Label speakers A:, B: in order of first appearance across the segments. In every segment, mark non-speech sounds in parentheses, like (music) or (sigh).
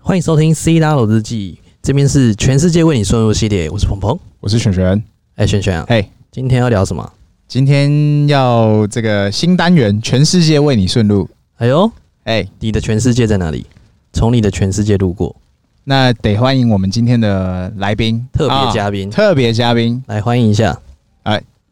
A: 欢迎收听《C 大佬日记》，这边是全世界为你顺路系列，我是鹏鹏。
B: 我是璇璇。
A: 哎，璇璇啊，
B: 嘿、
A: 今天要聊什么？
B: 今天要这个新单元，全世界为你顺路。
A: 哎呦，
B: 哎、
A: 你的全世界在哪里？从你的全世界路过，
B: 那得欢迎我们今天的来宾，
A: 特别
B: 啊
A: 嘉宾、
B: 特别嘉宾，
A: 来欢迎一下，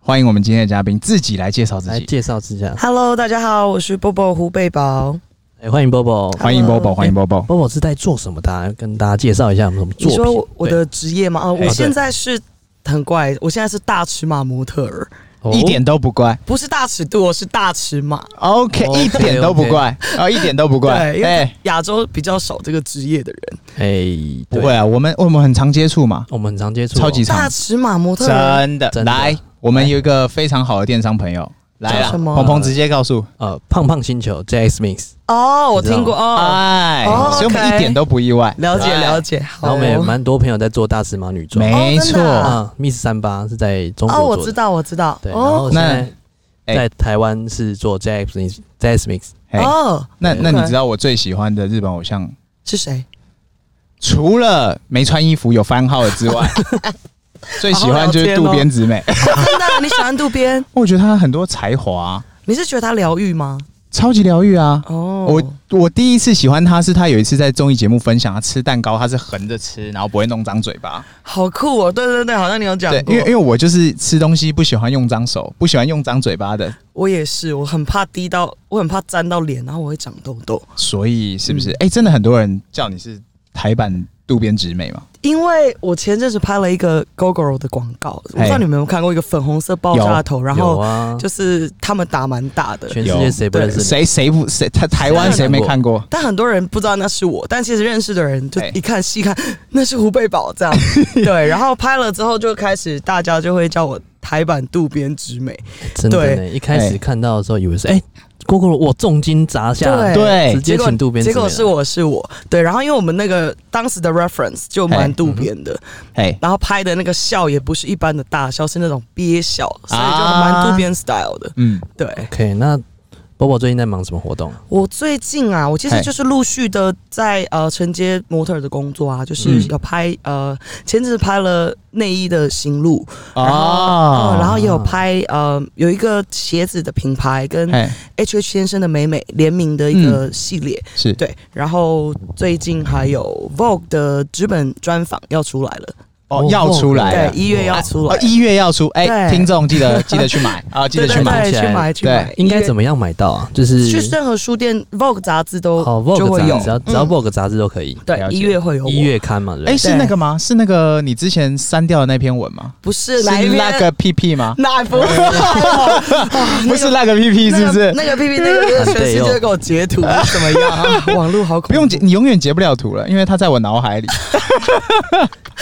B: 欢迎我们今天的嘉宾自己来介绍自
A: 来
B: 己。
A: 介绍一下。
C: Hello，大家好，我是 Bobo 胡贝宝。
A: 哎，欢迎 Bobo。
B: 欢迎
C: Hello
B: Bobo，欢迎 Bobo。
A: Bobo 是在做什么的啊？跟大家介绍一下有什么作
C: 你
A: 品。
C: 说我我
A: 对
C: 的职业吗？啊，
B: 哎
C: 我现在是很怪，我现在是大尺码模特儿，
A: 哦
B: 一点都不怪
C: 不是大尺度，哦我是大尺码。
B: ，OK，
A: OK，
B: 一点都不怪，啊，一点都不怪，
C: 对因为
B: 哎、
C: 亚洲比较少这个职业的人，
A: 哎，
B: 不
A: 对
B: 会，啊，我们我们很常接触嘛，
A: 我们很常接触哦
B: 超级
C: 大
B: 常，
C: 尺码模特儿
B: 真的
A: 真的
B: 来，我们有一个非常好的电商朋友，来
C: 叫
B: 啦，
C: 什么
B: 鹏鹏直接告诉，
A: 呃胖胖星球 JX Mix，
C: 哦，我听过哦，
B: 哎，
C: 哦
B: 所以我们
C: OK
B: 一点都不意外，
C: 了解
B: 哎
C: 了解，好
A: 啊然后我们也蛮多朋友在做大尺码女装。
B: 没
C: 哦真
B: 错，
C: 的啊
A: 啊，Miss 三八是在中
C: 哦，
A: 国
C: 我
A: 做
C: 知
A: 的，
C: 道我知道，
A: 对，然
C: 哦
A: 后现在
B: 哎
A: 在台湾是做 JX Mix JX Mix，
B: 哎
C: 哦，
B: 那
A: 对
B: 那你
C: OK
B: 知道我最喜欢的日本偶像，
C: 是谁？
B: 除了没穿衣服有番号的之
C: (laughs)
B: 外，最喜欢就是渡边直美。
C: 真的，你喜欢渡边？
B: (laughs)
C: (laughs)
B: 我觉得她很多才华，
C: 你是觉得他疗愈吗？
B: 超级疗愈啊！
C: 哦，
B: 我我第一次喜欢她是她有一次在综艺节目分享，她吃蛋糕，她是横着吃，然后不会弄脏嘴巴。
C: 好酷哦，对对对，好像你有讲
B: 对，
C: 过
B: 因为因，为我就是吃东西不喜欢用脏手，不喜欢用脏嘴巴的，
C: 我也是，我很怕滴到，我很怕沾到脸，然后我会长痘痘。
B: 所以是不
C: 嗯
B: 是？哎、真的很多人叫你是台版渡边直美嘛？
C: 因为我前阵子拍了一个 GoGo 的广告，我不知道你们有没有看过一个粉红色爆炸头，然
A: 有
C: 后
A: 啊，
C: 就是他们打蛮大的，
A: 全世界谁不认识你？
B: 谁谁不谁？他台湾谁没看过？
C: (laughs) 但很多人不知道那是我，但其实认识的人就
B: 哎
C: 一看 (laughs) 细看，那是胡贝宝这 (laughs) 样。对，然后拍了之后就开始大家就会叫我台版渡边直美，
A: 真的
C: 对
A: 呢，一开始
B: 哎
A: 看到的时候以为是哎，郭郭我重金砸下，
C: 对
B: 对
A: 直，接
C: 结果
A: 请渡边直
C: 结
A: 美
C: 果
A: 来，
C: 是我是我对，然后因为我们那个当时的 reference 就
B: 哎
C: 蛮渡边的，
B: 哎，
C: 然后拍的那个笑也不是一般的大笑，是那种憋笑，所以就蛮渡边 style 的，
B: 嗯，
C: 对。
A: OK，那 Bobo 最近在忙什么活动？
C: 我最近啊，我其
B: 嘿
C: 实就是陆续的在呃承接模特儿的工作啊，就是
B: 嗯
C: 有拍、呃前阵子拍了内衣的行路，然后、
B: 哦，
C: 呃然后也有拍呃有一个鞋子的品牌跟
B: 哎，
C: H H 先生的美美联名的一个系列，
B: 是
C: 对，然后最近还有 Vogue 的纸本专访要出来了，
B: 哦，要出来
C: 对
A: 啊
B: 了，，
C: 一月要出来，
B: 哦，一月要出，哎，
C: 对
B: 听众记得记得去买啊，记
C: 对
B: 得去
C: 对
B: 买，
C: 对，
A: 起来
C: 去买去买，
A: 应该
C: 么？
A: 怎么样买到啊？就是
C: 去任何书店 Vogue 杂志都
A: 哦
C: 就
A: ，Vogue
C: 会
A: 杂
C: 有
A: 志，只要只要
C: 嗯
A: Vogue 杂志都可以，
C: 对
B: 了解
C: 一月会有我
A: 一月刊嘛，对不对
B: 哎，是那个吗？是那个你之前删掉的那篇文吗？
C: 不是
B: 是
C: 哪一边
B: 那个屁屁吗？
C: 哪不是
B: 不是那个屁屁，是不是？
C: 那个 P P 那个就是全世界都给我截图，怎么样啊？网络好恐怖
B: (laughs) 不用截，你永远截不了图了，因为它在我脑海里。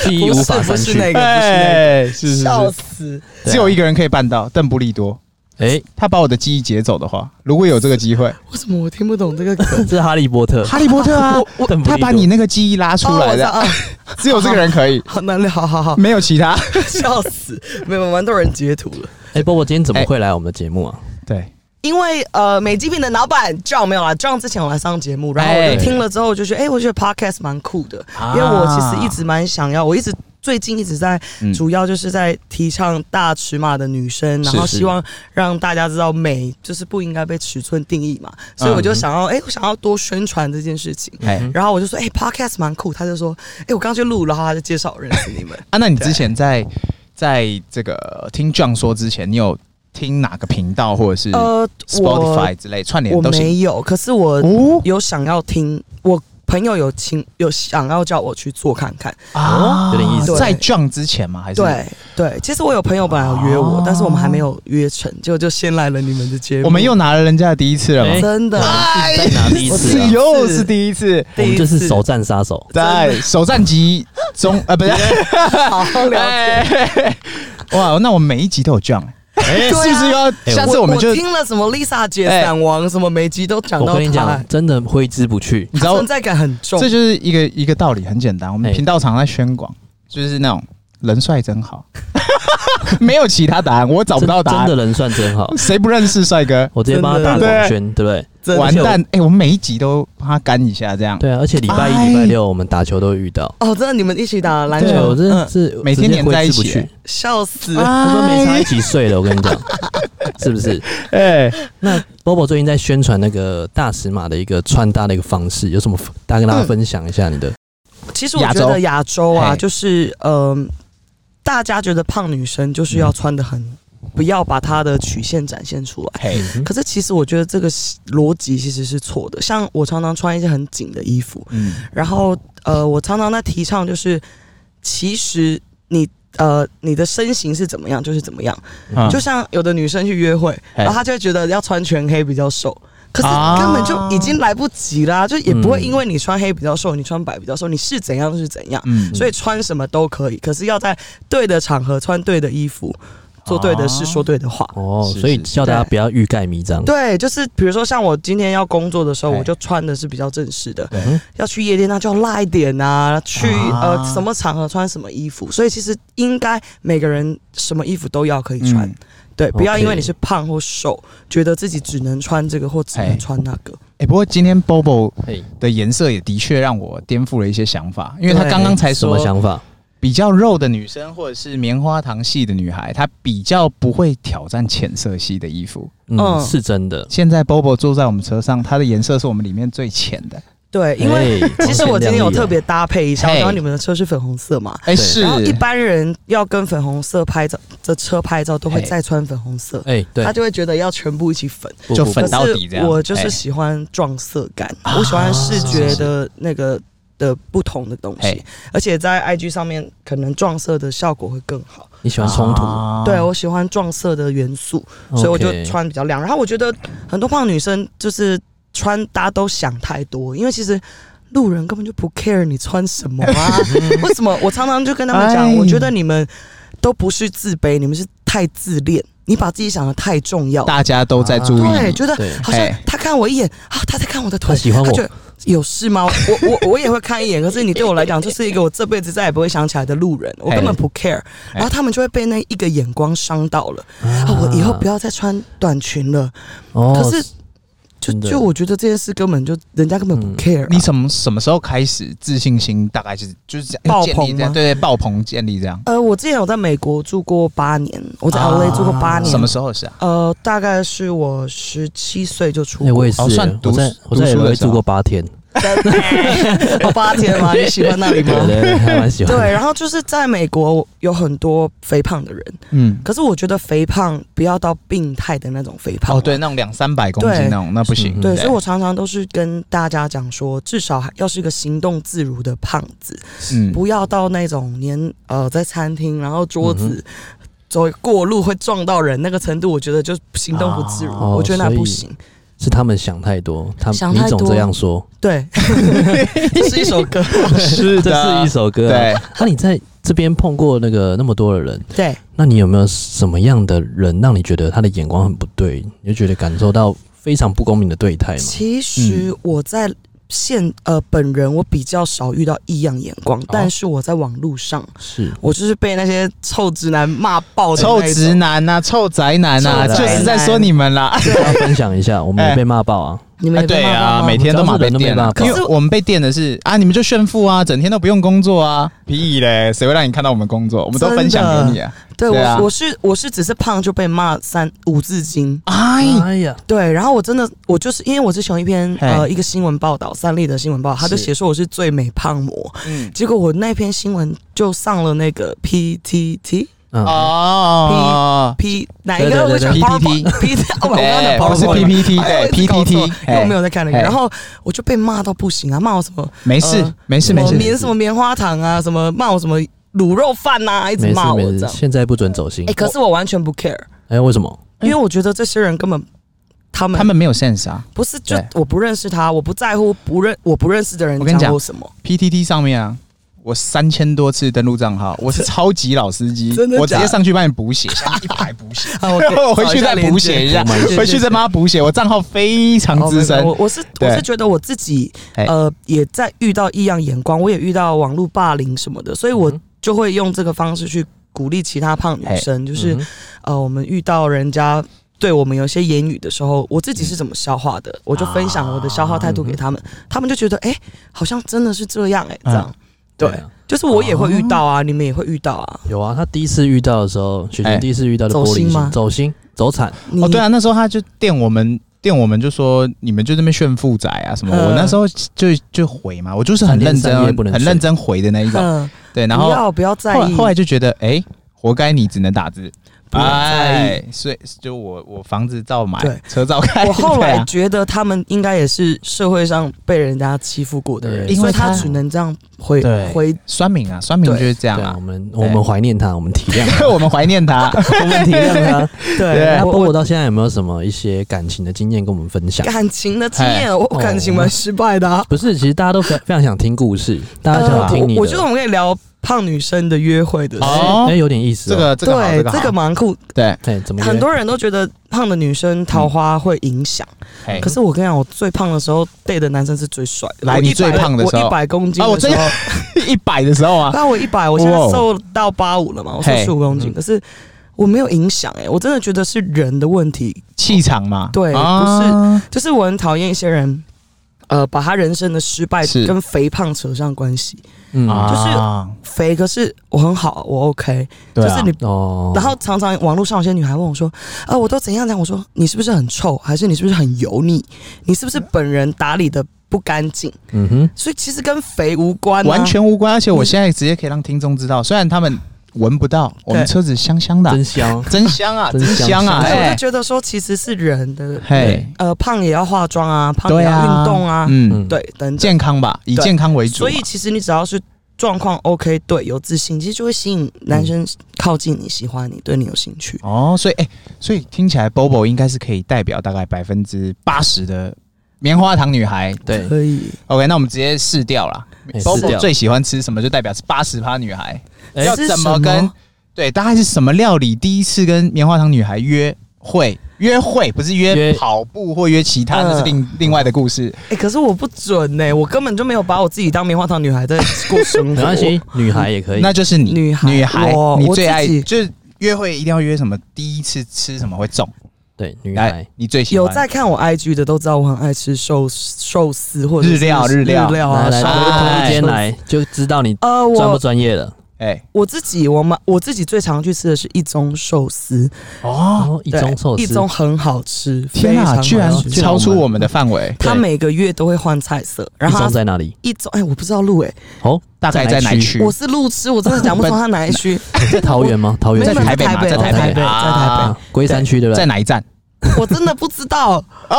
A: 记忆
C: 不
A: 无
C: 是
A: 法删
C: 哎不是那
A: 去。
C: 个
B: (laughs)
C: 不
B: 哎，是是
C: 是
B: 是
C: 笑，死！
A: 对啊
B: 只有一个人可以办到，邓布利多。
A: 哎，
B: 他把我的记忆截走的话，如果有这个机会，
C: 为什么我听不懂这个梗？
A: 这是哈利波特，
B: 哈利波特啊，
A: (laughs) 邓布利多
B: 他把你那个记忆拉出
C: 哦
B: 来
C: 我知道
B: 的，
C: 啊，
B: (laughs) 只有这个人可以，
C: 好难聊，好
B: (laughs)
C: 好好，
B: 没有其他。
C: 笑死！没有蛮多人截图了，
A: 哎，Bobo 今天怎么会来我们的节目啊？
B: 对，
C: 因为呃，美极品的老板 John 没有来，John 之前有来上节目，然后我
B: 哎啊
C: 就听了之后就觉得，哎，我觉得 Podcast 蛮酷的，因为我其实一直蛮想要，我一直最近一直在
B: 嗯
C: 主要就是在提倡大尺码的女生，
B: 是
C: 然后
A: 是
C: 希望让大家知道美就是不应该被尺寸定义嘛，所以我就想
B: 嗯
C: 要，哎、我想要多宣传这件事情。
B: 哎
A: 嗯
C: 然后我就说，哎、p o d c a s t 蛮酷。他就说，哎、我刚去录，然后他就介绍我认识你们。
B: 啊，那你之前在在这个听 John 说之前，你有听哪个频道或者是
C: 呃，我
B: Spotify 之类串联
C: 我
B: 都行？
C: 没有，可是我
B: 哦
C: 有想要听，我朋友有请有想要叫我去做看看。
B: 啊
A: 哦有点意
C: 思
B: 在 John 之前吗？还是？
C: 对对，其实我有朋友本来有约我，
B: 哦
C: 但是我们还没有约成，结果就先来了你们的节目。
B: 我们又拿了人家的第一次了
A: 哎
B: 吗？
C: 真的。
A: 哎在哪第一次啊
B: 是？又是第一次，
A: 我们就是首战杀手，
B: 在首战集 (laughs) 中啊，不是，
C: 好好聊天。
B: 哎哇，那我们每一集都有 John，哎 (laughs) 是不是要
A: 哎
B: 下次我们就
C: 我听了什么 Lisa 姐、
B: 哎
C: 散王什么每集都讲
A: 我
C: 到
A: 跟你
C: 她
A: 讲，，真的挥之不去。
B: 你知
C: 她
B: 道
C: 存在感很重
B: 这。就是一个一个道理，很简单。我们
A: 哎
B: 频道常在宣广，就是那种人帅真好， (laughs) 没有其他答案，我找不到答
A: 真
B: 案 (laughs)。
A: 真。的人算真好
B: 谁不认识帅哥？
A: 我直接帮他打
C: 真
B: 的
A: 广宣，对不对？
C: 真
B: 完
C: 的
B: 蛋！哎、我们每一集都帮他干一下，这样
A: 对啊，而且礼拜
C: 哎
A: 一、礼拜六我们打球都会遇到，
C: 哦，真的，你们一起打篮
A: 对，
B: 对
A: 我
C: 球，
A: 真的
C: 嗯，
A: 是
B: 每天
A: 直接挥
B: 黏在一
A: 之不
B: 起
A: 去，
C: 笑死。
A: 我都没差
B: 哎
A: 一起睡了，我跟你讲， (laughs) 是不是？
B: 哎、
A: 那 Bobo 最近在宣传那个大尺码的一个穿搭的一个方式，有什么大家跟大家分享一下你的？
C: 其实我
B: 亚
C: 觉
B: 洲
C: 得亚洲啊，
B: 嘿
C: 就是嗯、大家觉得胖女生
B: 嗯
C: 就是要穿的很，不要把她的曲线展现出来。
B: 嘿，
A: 嗯
C: 可是其实我觉得这个是逻辑其实是错的。像我常常穿一些很紧的衣服，
B: 嗯，
C: 然后呃，我常常在提倡就是，其实你呃你的身形是怎么样就是怎么样。
B: 嗯
C: 就像有的女生去约会，
B: 嘿
C: 然后她就会觉得要穿全黑比较瘦。可是
B: 啊
C: 根本就已经来不及啦，就也不会
A: 嗯
C: 因为你穿黑比较瘦，你穿白比较瘦，你是怎样就是怎样，
B: 嗯
C: 所以穿什么都可以。可是要在对的场合穿对的衣服，做对的事，
B: 啊
C: 说对的话。
A: 哦，
B: 是
A: 所以
B: 是是
A: 叫大家不要欲盖弥彰。
C: 对，就是比如说像我今天要工作的时候，
B: 嘿
C: 我就穿的是比较正式的；
B: 对
A: 嗯
C: 要去夜店，那就要辣一点啊。去
B: 啊
C: 呃什么场合穿什么衣服，所以其实应该每个人什么衣服都要可以穿。
B: 嗯
C: 对，不要
A: OK
C: 因为你是胖或瘦，觉得自己只能穿这个或只能穿那个。
B: 哎、不过今天 Bobo
A: 嘿，
B: 的颜色也的确让我颠覆了一些想法，因为他刚刚才
A: 哎什么
B: 说
A: 想法？
B: 比较肉的女生或者是棉花糖系的女孩，她比较不会挑战浅色系的衣服。
A: 嗯，
C: 嗯
A: 是真的。
B: 现在 Bobo 坐在我们车上，她的颜色是我们里面最浅的。
C: 对，因为
A: 哎
C: 其实我今天有特，别搭配一下，
B: 嘿
C: 我知道你们的车是粉红色嘛。
B: 哎、
A: 对
B: 是
C: 然后一般人要跟粉红色拍照，这车拍照都会再穿粉红色，
A: 哎，对
C: 他，就会觉得要全部一起粉。
A: 不
B: 就
A: 不
B: 粉
A: 不
B: 到底这样哎啊
C: 可是我就是
B: 嘿
C: 喜欢撞色感，我喜欢视觉的那个的不同的东西
B: 嘿，
C: 而且在 IG 上面可能撞色的效果会更好。
A: 你喜欢冲突，
B: 啊
C: 对我喜欢撞色的元素，所以我就
A: OK
C: 穿比较亮。然后我觉得很多胖女生就是穿搭都想太多，因为其实路人根本就不 care 你穿什
B: (laughs)
C: 么啊。为什么？我常常就跟他们讲，
B: 嗯哎
C: 我觉得你们都不是自卑，你们是太自恋，你把自己想的太重要。
B: 大家都在注意。
C: 对，觉得
A: 对
C: 好像
B: 哎
C: 他看我一眼啊，他在看我的腿，
A: 他喜欢我
C: 觉得有事吗？我我 (laughs) 我也会看一眼，可是你对我来讲就是一个我这辈子再也不会想起来的路人，
A: (laughs)
C: 我根本不 care。然后他们就会被那一个眼光伤到了。啊，我以后不要再穿短裙了。
A: 哦，
C: 可是就
A: 真的
C: 就我觉得这件事根本就人家根本不
A: 嗯
C: care 啊、
B: 你什么什么时候开始自信心大概就是就是这样
C: 爆
B: 建立
C: 棚
B: 这样，
C: 吗
B: 对对，爆棚建立这样。
C: 呃，我之前有在美国住过八年，我在
B: 啊
C: LA 住过八年。
B: 什么时候是啊？
C: 呃，大概是我十七岁就出
A: 哎，
C: 国 (laughs)
A: 我也， (laughs) 是
B: 哦算，
A: 我
B: 读
A: 在
B: 书
A: 我在
B: 读书的
A: LA
B: 时候
A: 住过八天，
C: 哦八天吗？你喜欢那里
A: 对
C: 吗？
A: 对，对还蛮喜欢。
C: (laughs) 对，，然后就是在美国有很多肥胖的人，
B: 嗯，
C: 可是我觉得肥胖不要到病态的那种肥胖。
B: 哦，对，那种两三百公斤
C: 对
B: 那种，那不行。
A: 嗯
C: 对，所以我常常都是跟大家讲说，至少还要是个行动自如的胖子，
B: 嗯，
C: 不要到那种连呃在餐厅，然后桌
A: 嗯
C: 子、走过路会撞到人那个程度，我觉得就行动不自如，
A: 哦
C: 我觉得那
A: 所以
C: 不行。
A: 是他们想太多，他
C: 想
A: 你
C: 太
A: 总
C: 多
A: 这样说，
C: 对，这 (laughs) 是一首歌。
B: (laughs) 是
A: 这是一首歌。，啊
B: 对，
A: 那你在这边碰过那个那么多的人，
C: 对，
A: 那你有没有什么样的人让你觉得他的眼光很不对，你就觉得感受到非常不公平的对待吗？
C: 其实我在现呃本人我比较少遇到异样眼光，但是我在网络上，
A: 是，
C: 我就是被那些臭直男骂爆的
B: 臭
C: 那一种
B: 直。男呐、臭宅男呐、
A: 臭宅男
B: 就是在说你们啦。
A: 要不要分享一下，我们也
B: 哎
A: 被骂爆啊，
C: 你们也被
B: 对
C: 骂爆
B: 啊，
C: 吗
B: 每天都马被电啊
A: 我，知道是
B: 因
C: 人都被骂爆
B: 为我们被电的是啊，你们就炫富啊，整天都不用工作啊，屁嘞，谁会让你看到我们工作？我们都分享给你啊。
C: 对
B: 对啊
C: 我我是我是只是胖就被骂三五字经。
B: 哎，
A: 哎呀，
C: 对，然后我真的，我就是因为我之前有一篇
B: 嘿
C: 呃一个新闻报道，三立的新闻报道，他就是写说我是最美胖模，
B: 嗯，
C: 结果我那篇新闻就上了那个 PTT
A: 啊，
B: 哦，
C: P 哪一个？
A: 对对
C: 我选
A: 对
B: PTT (laughs)
C: P T，哦，我刚刚
B: 哎
C: 讲
B: 不是
C: PowerPoint 嘛
B: PPT，
C: 哎我
B: 对
C: 一直搞错因为我
B: PTT，
C: 没有在看那个，
B: 嘿
C: 然后我就被骂到不行啊，骂我什么
B: 没事
C: 呃
B: 没事
C: 什
B: 没
C: 么
B: 事，
C: 棉什么棉花糖啊，什么骂我什么卤肉饭呐，一直
A: 没事
C: 骂我
A: 没
C: 这
A: 事，
C: 样。
A: 现在不准走心
C: 哎，。可是我完全不 care，
A: 哎，为什么？
C: 因为我觉得这些人根本嗯他们
B: 他们没有 sense 啊
C: 不是，就
B: 对
C: 我不认识他，我不在乎不认我不认识的人
B: 我跟你讲
C: 我什么，
B: ，PTT 上面啊。我三千多次登录账号，我是超级老司机
C: 真，的
B: 我直
C: 假
B: 接
C: 的
B: 上去帮你补
C: (laughs)
B: 写，下面一排补写，
C: 啊我给
B: (laughs) 我回去再补写一下
C: (laughs)
A: 找一下链，接
B: 回去再帮他补写。我账号非常嗯
C: 哦没
B: 资
C: 有
B: 深，
C: 我我是我
B: 对
C: 是觉得我自己
B: 哎
C: 呃也在遇到异样眼光，我也遇到网络霸凌什么的，所以我
A: 嗯
C: 就
B: 嗯
C: 会用这个方式去鼓励其他胖女生，就
A: 就是
C: 呃我们遇到人家对我们有些言语的时候，我自己是怎么消化的，我就分享
B: 啊
C: 我的消化态度给他们，他们就觉得哎、好像真的是这样哎、这样、
B: 嗯
C: 对。
A: 啊
C: 就是我也会遇到啊，你们也会遇到啊。
A: 有啊，他第一次遇到的时候，雪
B: 哎
A: 晴第一次遇到的
C: 走
A: 玻璃
C: 心吗
A: 心，走心走惨，
C: 你
B: 哦，对啊，那时候他就电我们，电我们就说你们就这边炫富仔啊什么。
C: 嗯
B: 我那时候就就回嘛，我就是很
A: 三天
B: 认真
A: 三夜不能
B: 很
A: 睡
B: 认真回的那一种。
C: 嗯，
B: 对，然
C: 不
B: 后
C: 要不要在
B: 后来
C: 意，
B: 后来就觉得，哎、活该你只能打字。
C: 不要在
B: 哎，所以就我我房子照买
C: 对，
B: 车照开。
C: 我后
B: (laughs) 对
C: 来
B: 啊
C: 觉得他们应该也是社会上被人家欺负过的人，
A: 对
C: 因为
B: 因
C: 他
B: 为他
C: 只能这样回
B: 对
C: 回。
B: 酸民啊，酸民
C: 对
B: 就是这样
A: 对啊，我
B: 啊。
A: 们我们怀念他，我们体谅他，
B: (laughs) 我们怀念他，
A: 我们体谅 (laughs) 他。
B: 啊
C: 对，
A: 那
C: 我
A: 波波
C: 我
A: 到现在有没有什么一些感情的经验跟我们分享？
C: 感情的经
B: 哎
C: 验，我我
A: 哦
C: 感情蛮失败的
B: 哦
C: 啊。
A: 不是，其实大家都非非常想听故事，大家
B: 啊
A: 想
C: 呃
A: 听你
C: 我
A: 的。
C: 我觉得我们可以聊胖女生的约会的事。
B: 哦
A: 哎，有点意思
B: 这
A: 哦。
B: 个这个好这
C: 对，这
B: 个
C: 个
B: 好
C: 蛮酷。
B: 对，
A: 哎，怎么约
C: 很多人都觉得胖的女生桃花会影响，
B: 哎
C: 可是我跟你讲，我最胖的时候对的男生是最帅的。
B: 来
C: 我
B: 你
C: 100
B: 最胖的时候
C: 我一百公斤
B: 啊我
C: 的时
B: 最
C: 候，
B: (laughs) 一百的时候啊，
C: 那我一百，我现在
B: 哇哦
C: 瘦到八五了嘛，我瘦
B: 嘿
C: 十五公斤，
A: 嗯
C: 可是我没有影响哎、我真的觉得是人的问题，
B: 气场嘛，
C: 对
B: 啊
C: 就是我很讨厌一些人。呃，把他人生的失败
B: 是
C: 跟肥胖扯上关系。
A: 嗯
B: 啊
C: 肥可是我很好，我 OK，、
B: 对
C: 就
B: 啊
C: 是你。
A: 哦，
C: 然后常常网络上有些女孩问我说：“啊、我都怎样讲？”我说：“你是不是很臭？还是你是不是很油腻？你是不是本人打理的不干净？
A: 嗯哼，
C: 所以其实跟肥无关、啊，
B: 完全无关。而且我现在直接可以让听众知道，虽然他们闻不到，我们车子香香的啊，
A: 真香。
B: 真香啊，
A: 真
B: 真香啊，
A: 香
C: 所以我就
B: 哎
C: 觉得说，其实是人的
B: 嘿，
C: 呃，胖也要化妆啊，胖也
B: 对
C: 要
B: 啊，
C: 运动啊，
B: 嗯，
C: 对，等等。
B: 健康吧，以
C: 对
B: 健康为主嘛，
C: 所以其实你只要是状况 OK，对，有自信，其实就会吸引男
A: 嗯
C: 生靠近你，喜欢你，对你有兴趣。
B: 哦，所以哎、所以听起来 Bobo 应该是可以代表大概百分之八十的棉花糖女孩。
A: 对，
C: 可以，
B: OK，那我们直接试掉啦。
A: 哎试
B: Bobo
A: 掉
B: 最喜欢吃什么，就代表是八十趴女孩。
A: 哎
B: 要
C: 是
B: 怎
C: 什
B: 跟？对，大概是什么料理？第一次跟棉花糖女孩约会，约会不是约呃
A: 约
B: 跑步或约其他，
C: 嗯
B: 那是另另外的故事。
C: 哎、可是我不准呢、我根本就没有把我自己当棉花糖女孩在过生
A: (laughs)
C: 活。
A: 没关
C: (laughs)
A: 系，女孩也可以。
B: 那就是你
C: 女孩
B: 女孩
C: 我，
B: 你最爱
C: 我自己
B: 就是约会一定要约什么？第一次吃什么会中？
A: 对，女
B: 来
A: 孩，
B: 你最喜欢
C: 有在看我 IG 的都知道，我很爱吃寿寿司或者是
B: 日料
C: 日
B: 日料
C: 料啊，
A: 来来，
C: 烧
B: 同一
C: 烤
A: 同
B: 哎
A: 一间。
C: 寿司
A: 来就知道你
C: 呃，
A: 专不
C: 我
A: 专业了。
B: 哎
C: 我自己我们我自己最常去吃的是一宗寿司，
B: 哦，
A: 哦，一
C: 对
A: 中寿司，
C: 一宗很好吃，
B: 天
C: 非常
B: 啊，
C: 好
B: 居然
C: 吃
A: 居然
B: 超出
A: 我们
B: 我们的范围。
C: 他
A: 对
C: 每个月都会换菜色，然
A: 一
C: 后
A: 中
C: 他
A: 在哪里？
C: 一周哎，我不知道路哎、
A: 哦，
B: 大概在哪区？
C: 我是路痴，我真的讲不出他哪一
B: (laughs)
C: 区，
A: (laughs) 在桃园吗？桃园
C: 没有
B: 哦在
A: 区
C: 没有
B: 台北吗在
C: 在
B: 台
C: 台
B: 北
C: 北，在台
A: 啊，龟山区对不
B: 在
A: 对？
B: 哪一站？
C: 北，我真的不
B: (laughs)
C: 知道。
B: 哦，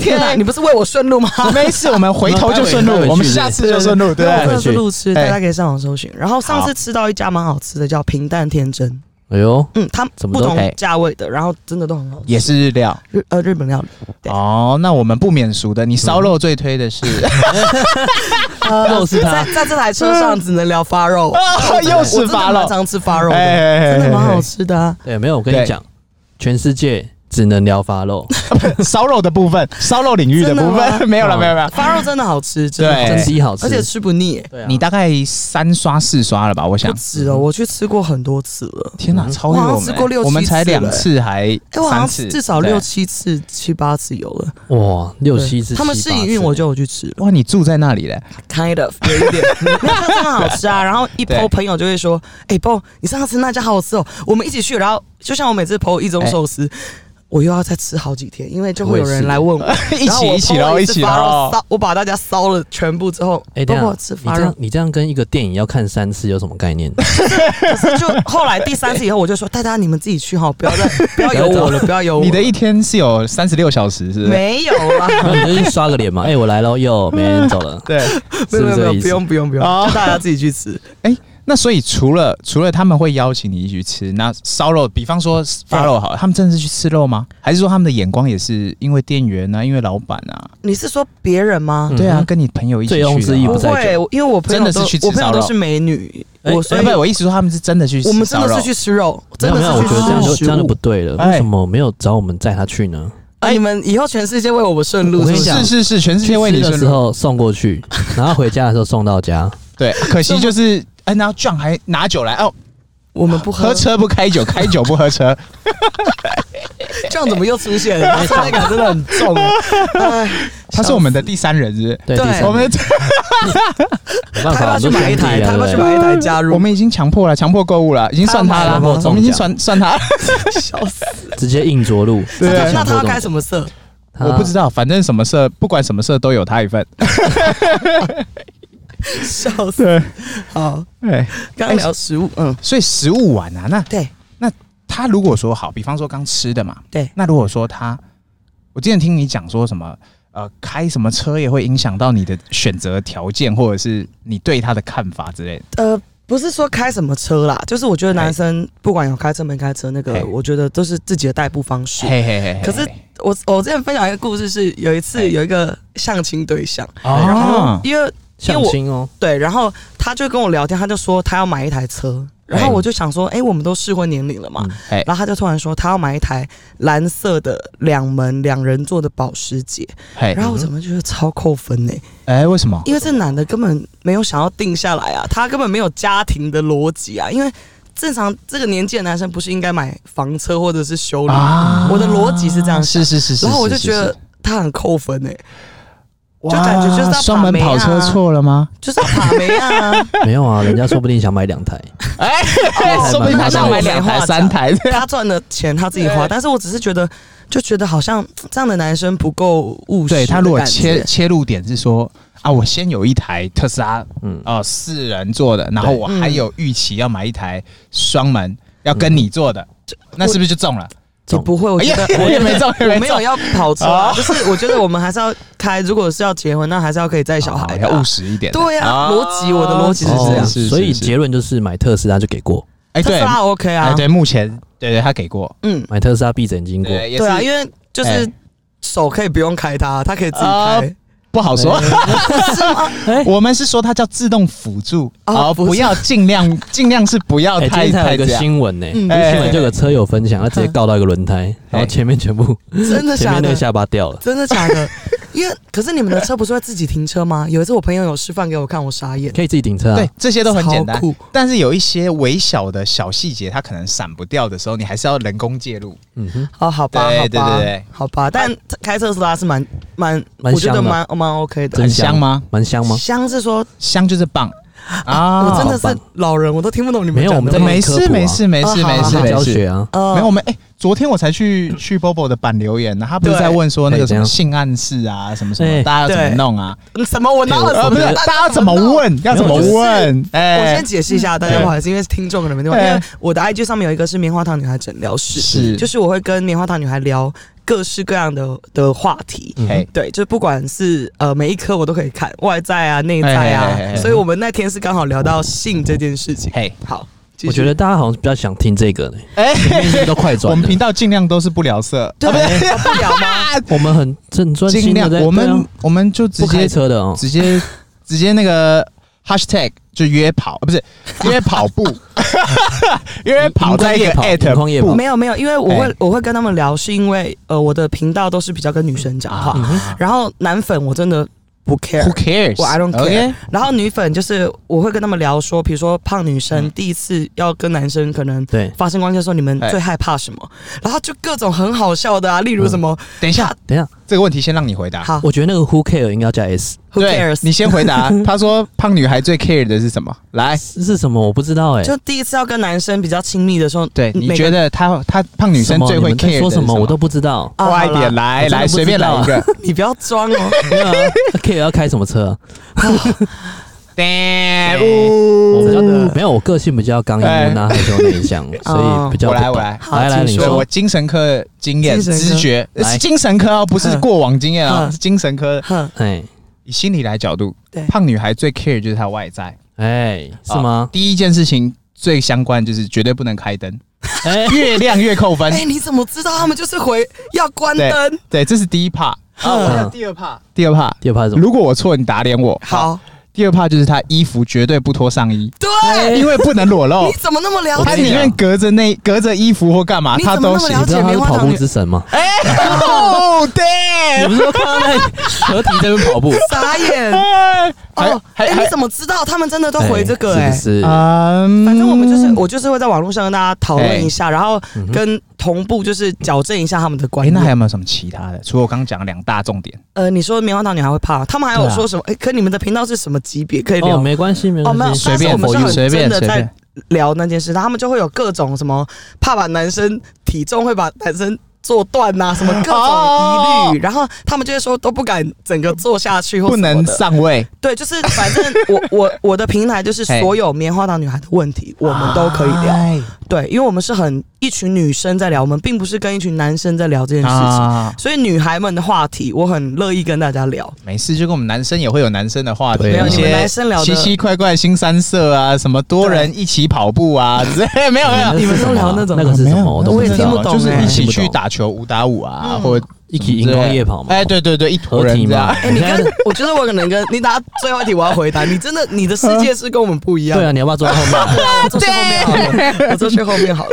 C: 天哪，你不是为我顺路吗？
B: 没事，我们回头就顺
A: 待会
B: 路，
A: 去
B: 我们下次就顺路， (laughs) 对哎
C: 对，
B: 不对？
C: 我真的是路
B: 对
C: 痴，大家可以上网搜寻。然后上次吃到一家蛮好吃的，叫平淡天真，
A: 哎呦，
C: 嗯，它
A: 怎么
C: 不
A: 都
C: 同
B: 哎
C: 价位的，然后真的都很好吃。
B: 也是日料
C: 日呃日本料理，对
B: 哦，那我们不免俗的，你烧肉最推的是，
A: 又是他
C: 在在这台车上只能聊发肉，
B: (laughs) 啊又是发
C: 我真的蛮
B: 肉，
C: 常吃发肉的，
B: 哎
C: 真的
B: (laughs)
C: 蛮好吃的啊。
A: 对，没有，我跟
B: 对
A: 你讲，全世界只能聊发肉，
B: 吃。烧肉的部分，烧肉领域的部
C: 真的吗
B: 分 (laughs) 没有了，没有没有。
C: 发肉真的好吃，真的好
B: 对
C: 吃，
A: 真的好吃，
C: 而且吃不腻，
A: 对啊
B: 你大概三刷四刷了吧？我想
C: 不，止哦，我去吃过很多次了。
B: 天哪，
A: 嗯
B: 超越
C: 我好像
B: 我们
C: 吃过六
B: 欸，我们
C: 七次
B: 才两
C: 了欸
B: 次还
C: 哎、我好
B: 三
C: 像
B: 次，
C: 至少六
B: 对。
C: 七次、七八次有了，
A: 哇，六七次，
C: 他们
A: 七
C: 试
A: 八
C: 营
A: 次
C: 运，我就有去吃了
B: 哇，你住在那里嘞？
C: ，kind of 有 (laughs) 一点，那家真的好吃啊。然后一
B: 对
C: PO 朋友就会说，哎、b o 你上次那家好好吃哦，我们一起去。然后就像我每次
A: 哎
C: PO 一中寿司，我又要再吃好几天，因为就会有人来
A: (laughs)
C: 问我。
B: 一
C: 然后
B: 起
C: 我
B: 一起
C: po
B: 喽，
C: 了
B: 一
C: 次
B: 起
C: 发肉
B: 喽。
C: 烧，我把大家烧了全部之后，
A: 哦哎，等
C: 包
A: 一
C: 括
A: 下
C: 吃
A: 你
C: 发
A: 这
C: 肉
A: 样，你这样跟一个电影要看三次有什么概念？
C: 可是 (laughs) 就后来第三次以后，我就说大家你们自己去哈，不要再不要有
A: (laughs)
C: 我了，不要有我了。
B: 你的一天是有三十六小时，是不是？
C: 没有啦，
A: 那你就去刷个脸
C: (laughs)
A: 嘛，哎，我来喽，哟，没人走了，
B: 对。
C: 没
A: 是不
C: 有没
A: 是这
C: 有没
A: 个
C: 有，
A: 意
C: 不
A: 思？
C: 用不用不用，
B: 哦
C: 就大家自己去吃。
B: 那所以除了除了他们会邀请你一起去吃，那烧肉，比方说发肉好了，他们真的是去吃肉吗？还是说他们的眼光也是因为店员啊，因为老板啊？
C: 你是说别人吗
A: 嗯？
B: 对啊，跟你朋友一起去的
A: 醉
B: 话，
A: 翁之意
C: 不
A: 不在
C: 会，我因为我朋友
B: 真的
C: 都
B: 是去吃
C: 我朋友
B: 烧
C: 都
B: 肉
C: 是美女，
A: 哎
C: 我所以
B: 哎不，我意思说他们是真的去吃
C: 我们真的
B: 烧肉
C: 是去吃肉，
A: 没
C: (laughs) 真
A: 有
C: 的
A: 没有，我
C: 是
A: 觉
C: 去
A: 得
C: 吃
A: 这样就
C: 食
A: 这样就
C: 物
A: 不对了。
B: 哎
A: 为什么没有找我们载他去呢？
C: 哎，你们以后全世界为我们顺路
A: 我跟
C: 是不
A: 你
C: 是？
A: 讲
B: 是是是，全世
A: 去
B: 界为
A: 吃
B: 你
A: 的
B: 顺
A: 时
B: 路。
A: 候送过
B: (laughs)
A: 去，然后回家的时候送到家，
B: 对，可惜就是哎，然后 John 还拿酒来哦，
C: 我们不
B: 喝车不开酒，开酒不喝车，
C: 这样怎么又出
A: (laughs)
C: 现了？存在感真的很重哎。哎
B: (laughs) 他是我们的第三人，是不是？
A: 对，
C: 对
A: 第三
B: 我们的
A: 没办
C: 他
A: 法，
C: 要
A: 我
C: 去
A: 们都
C: 买一台，
A: 兄弟
C: 他
A: 啊
C: 要去
A: 对不对
C: 买一台加
B: (laughs)
C: 入。
B: 我们已经强迫了，强迫购物了，已经算他
C: 他
B: 了，
C: 买了吗
B: 我们已经算算他了。
C: 笑死！
A: 直接硬着陆，直
B: 对
A: 接
C: 那
A: 强
C: 他
A: 迫
C: 要
A: 动
C: 开什么
A: (laughs)
C: 色？
A: 他
B: (laughs) 我不知道，反正什么社，不管什么社都有他一份。
C: 笑死！
B: 对，
C: 好，
B: 哎，
C: 刚刚聊食物，
A: 哎
C: 嗯，
B: 所以食物完啊，那
C: 对
B: 他如果说好，比方说刚吃的嘛，
C: 对
B: 那如果说他，我之前听你讲说什么，呃，开什么车也会影响到你的选择条件，或者是你对他的看法之类的。
C: 呃。不是说开什么车啦，就是我觉
A: 哎
C: 得男生不管有开车没开车，那
B: 嘿
C: 个我觉得都是自己的代步方式。
B: 嘿嘿嘿嘿
C: 可是我我之前分享一个故事是，有一次
B: 嘿
C: 有一个相亲对象，然后
B: 哦，
C: 因为因为
A: 啊相
C: 我
A: 亲哦，
C: 对，然后他就跟我聊天，他就说他要买一台车，然后我就想说，哎、我们都适婚年龄了嘛，
A: 嗯
B: 哎
C: 然后他就突然说他要买一台蓝色的两门两人座的保时捷，
B: 嘿，
C: 然后我怎么觉得超扣分呢、
B: 哎，为什么？
C: 因为这男的根本没有想要定下来啊，他根本没有家庭的逻辑啊，因为正常这个年纪的男生不是应该买房车或者是修理？
B: 啊
C: 我的逻辑是这样
B: 是
C: 想
B: 是是是，
C: 然后我就是觉得，他很扣分
B: 欸
C: 哎、
B: 就
C: 感觉就是要把
B: 双门
C: 妹啊
B: 跑车错了吗？
C: (laughs) 就是卡梅啊，
B: (laughs)
A: 没有啊，人家说不定想买两台，
B: 哎，
C: 哦
B: 说不定他想买
C: 那我没
B: 两台、
C: 话讲
B: 三台。
C: 他赚的钱他自己花，
B: 对
C: 但是我只是觉得，就觉得好像这样的男生不够务实
B: 对
C: 的感觉。
B: 他如果切切入点是说啊，我先有一台特斯拉
A: 嗯，
B: 哦，四人座的，然后
A: 对
B: 我还有预期要买一台双门，要跟你做的，那是不是就中了？
C: 也不会，嗯我
B: 哎
C: 觉
B: 呀
C: 得，
B: 我也没中，也
C: 我没有
B: 中。
C: 要跑车啊，
B: 哦
C: 就是我觉得我们还是要开，如果是要结婚，那还是要可以带小孩
B: 哦
C: 的
B: 要
C: 啊
B: 务。实一点。
C: 对啊，
B: 哦
C: 逻辑我的逻辑是这
A: 哦
C: 样。
B: 是是
A: 所以
B: 是
A: 结论就是买特斯拉就给过，
B: 哎，
C: 特
B: 对
C: 斯，拉 OK
B: 哎
C: 啊，
B: 对，目前对对，他给过，
C: 嗯，
A: 买特斯拉闭着眼睛过，
B: 也
C: 对啊，因为就
B: 哎
C: 是手可以不用开它，它可以自己
B: 哦
C: 开。
B: 不好说。
C: (laughs) 是
A: (laughs)
C: 吗？
A: 哎
B: 我们是说它叫自动辅助，
C: 哦
B: 哦，
C: 辅助
B: 不
C: (laughs)
B: 要尽量尽量是不要
A: 哎，今
B: 哦太
A: 天才有
B: 太
A: 一个
B: 这样。哎嗯
A: 新闻呢，
C: 嗯
A: 新闻就有个车友分享，他直接告到一个轮胎，然后前面全部
C: 真的
A: 前
C: 假
A: 面那
C: 的
A: 个？下巴掉了，
C: 真的假的？ (laughs) 因为可是你们的车不是会自己停车吗？有一次我朋友有示范给我看，我傻眼。
A: 可以自己停车啊
B: 对，，这些都很简单
C: 超酷，
B: 但是有一些微小的小细节，它可能闪不掉的时候，你还是要人工介入。
A: 嗯哼，
C: 哦，好吧，
B: 对
C: 好吧，
B: 对对对
C: 好吧，但开特斯拉是蛮蛮，
A: 蛮
C: 我觉得
A: 香的
C: 蛮蛮 OK 的。
A: 真
B: 很香吗？
A: 蛮香吗？
C: 香是说，
B: 香就是棒啊！
C: 我真
A: 好
C: 的是
A: 棒
C: 老人，我都听不懂你们
A: 没有
C: 讲的
A: 我们在
C: 话
A: 那边
B: 没
A: 科普
B: 事
A: 啊
B: 没事没
C: 啊
B: 事
C: 好
B: 没
C: 好
A: 马
B: 事
A: 上
B: 没
A: 教
B: 事
A: 学。啊，
C: 呃
B: 没有，我们哎、昨天我才去去 Bobo 的版留言呢、啊他不是
C: 对
B: 在问说那
A: 哎
B: 个什
A: 怎
B: 么
A: 样
B: 性暗示啊，什么什么，
A: 哎
B: 大家要怎么弄啊？
C: 嗯什么我哪有
A: 对
C: 什
B: 呃，
C: 么
B: 不是，
C: 大
B: 大家怎么
C: 弄？
B: 问？要怎么问？
C: 我
B: 哎、
C: 先解释一下，大家不好意思，因为听众可能没听过。因
B: 对
C: 为我的 IG 上面有一个是棉花糖女孩诊疗室，
B: 是
C: 就是我会跟棉花糖女孩聊各式各样的的话题。
A: 嗯
B: 哎
A: 哼
C: 对，就不管是呃每一科我都可以看，外在啊、内在
B: 哎哎哎
C: 啊，
B: 哎
C: 所以我们那天是刚好聊到性这件事情。
B: 嘿，
C: 好，继续
A: 我觉得大家好像比较想听这个呢， (laughs)
B: 哎、
A: 因为是不是都快转
B: (laughs) 我
A: 了
B: 们频道尽量都是不聊
C: (laughs)
B: 色，
C: 对
B: 啊不是
C: 啊不聊吗？
A: 我们很正专
B: 尽
A: 心
B: 量
A: 的在，
B: 我们、
A: 对啊
B: 我们就直
A: 不开
B: 接啊
A: 车的哦，
B: 直接直接那个 hashtag 就约跑，啊不是约跑步， (laughs) 约跑在一个
A: 荧光夜
B: at
A: 跑荧光夜跑
B: 步
C: (laughs) 没有没有，因为我会、
B: 哎
C: 我会跟他们聊，是因为呃我的频道都是比较跟女生讲话，
A: 嗯哼
C: 然后男粉我真的不 care，
B: Who cares？
C: 我 I don't care
B: OK？
C: 然后女粉就是我会跟他们聊说，比如说胖女生
B: 嗯
C: 第一次要跟男生可能
A: 对，
C: 发生关系的时候，你们
B: 哎
C: 最害怕什么？然后就各种很好笑的啊，例如什么、
B: 嗯等一下，
A: 等一下，
B: 这个问题先让你回答。
C: 好
A: 我觉得那个 Who Care 应该要加 S，
C: ，Who
B: 对
C: cares？
B: 你先回答。
C: (laughs)
B: 他说胖女孩最 care 的是什么？来，
A: 哎是是什么？我不知道哎，
C: 就第一次要跟男生比较亲密的时候，
B: 对，
C: 每
B: 你
C: 个
B: 觉得她她胖女
A: 什
B: 生
A: 么
B: 最会
A: 你们在
B: care
A: 说
B: 的是
A: 什么我都不知道。
C: 啊
B: 快一
C: 好
B: 点
C: 啦
B: 来
A: 我真的不知
B: 来，
A: 道
B: 随便来一个。
C: (laughs) 你不要装
B: (laughs)
C: 哦，
A: 没有啊 Care 要开什么车啊？
B: 哎
A: 我比较没有，我个性比较刚毅木讷、害羞内向，所以比较不
B: 我来
A: 懂
B: 我来，
C: 好
A: 来来，
C: 请
A: 你
C: 说
B: 我
A: 说
B: 精神科经验、
C: 精神科
B: 直觉
A: 来
B: 是精神科哦，不是
C: 嗯
B: 过往经验哦，
C: 嗯
B: 是精神科。
C: 哼，
A: 哎
B: 以心理来角度
C: 对，
B: 胖女孩最 care 就是她外在，哦
A: 哎是吗？
B: 第一件事情最相关就是绝对不能开灯，
A: 哎
B: 越亮越扣分
C: 哎、。你怎么知道他们就是回要关
B: 对啊
C: 灯？
B: 对，这是第一怕。
C: 哼
A: 我还有
B: 第二怕，第二怕，
A: 第二怕是什么？
B: 如果我错，你打脸我。
C: 好，
B: 第二怕就是她衣服绝对不脱上衣，
C: 对，
B: 因为不能裸露
C: 哎你。怎么那么了
A: 我
B: 她
A: 跟
C: 解？
A: 你
B: 宁愿隔着内隔着衣服或干嘛，
C: 你怎
B: 她
C: 么
B: 都
C: 那么
B: 行
C: 了。
A: 你知道他是跑步之神吗？
B: 哦 Oh
A: 你
B: damn！
A: 不是说看到在合体这边跑步？
C: 傻眼
B: 还
C: 哦！
B: 还
C: 哎、你
B: 还
C: 怎么知道他们真的都回这个、
A: 哎是
C: 哎，
A: 不是？
B: 嗯
C: 反正我们就是我就是会在网络上跟大家讨论一下，然后
A: 嗯哼
C: 跟同步就是矫正一下他们的观
B: 哎，
C: 念。
B: 那还有没有什么其他的？除了我刚刚讲的两大重点，
C: 呃，你说棉花糖女孩会怕，他们还有
B: 对啊
C: 说什么？哎、可你们的频道是什么级别可以聊？
A: 哦，没关系，没
C: 哦没
A: 关
C: 有
A: 系，
B: 随便
C: 但是我们是很
B: 随便
C: 真的
B: 随
C: 在
B: 便。
C: 聊那件事，然后他们就会有各种什么怕把男生体重会把男生做断呐、什么各种疑虑，然后他们就会说都不敢整个做下去或
B: 哦不
C: 什么
B: 能
C: 的。
B: 上位，
C: 对，就是反正我我我的平台就是所有棉花糖女孩的问题，我们都可以聊。
B: 哎
C: 对，因为我们是很一群女生在聊，我们并不是跟一群男生在聊这件事情，
B: 啊，
C: (laughs) 所以女孩们的话题我很乐意跟大家聊。
B: 没事，就跟我们男生也会有男生的话题，
A: 对
C: 没有
B: 一
C: 你们男
B: 些
C: 生聊
B: 奇
C: 的，
B: 奇怪怪新三色啊，什么多人一起跑步啊，之类 (laughs) 没有没有。
C: 你们都聊那种
A: 那个是什
B: 没有
A: 么？我都
C: 我也
A: 知
C: 听
A: 道
C: 不懂
B: 就是
C: 哎
B: 一起去
A: 听不懂
B: 打球、五打五啊，
C: 嗯
B: 或者
A: 一起荧光夜跑嘛？
B: 哎，，对对对，一坨
A: 合
B: 人
A: 体
B: 这
A: 嘛
B: 样。？
A: 哎你
C: 你
A: 现在
C: 跟 (laughs) 我觉得我可能跟你答最后一题，我要回答你。真的，你的世界是跟我们不一样
A: 对。啊，你要不要坐在后面？
C: 我坐去后
A: 啊
C: 面好了，我坐去后面好了。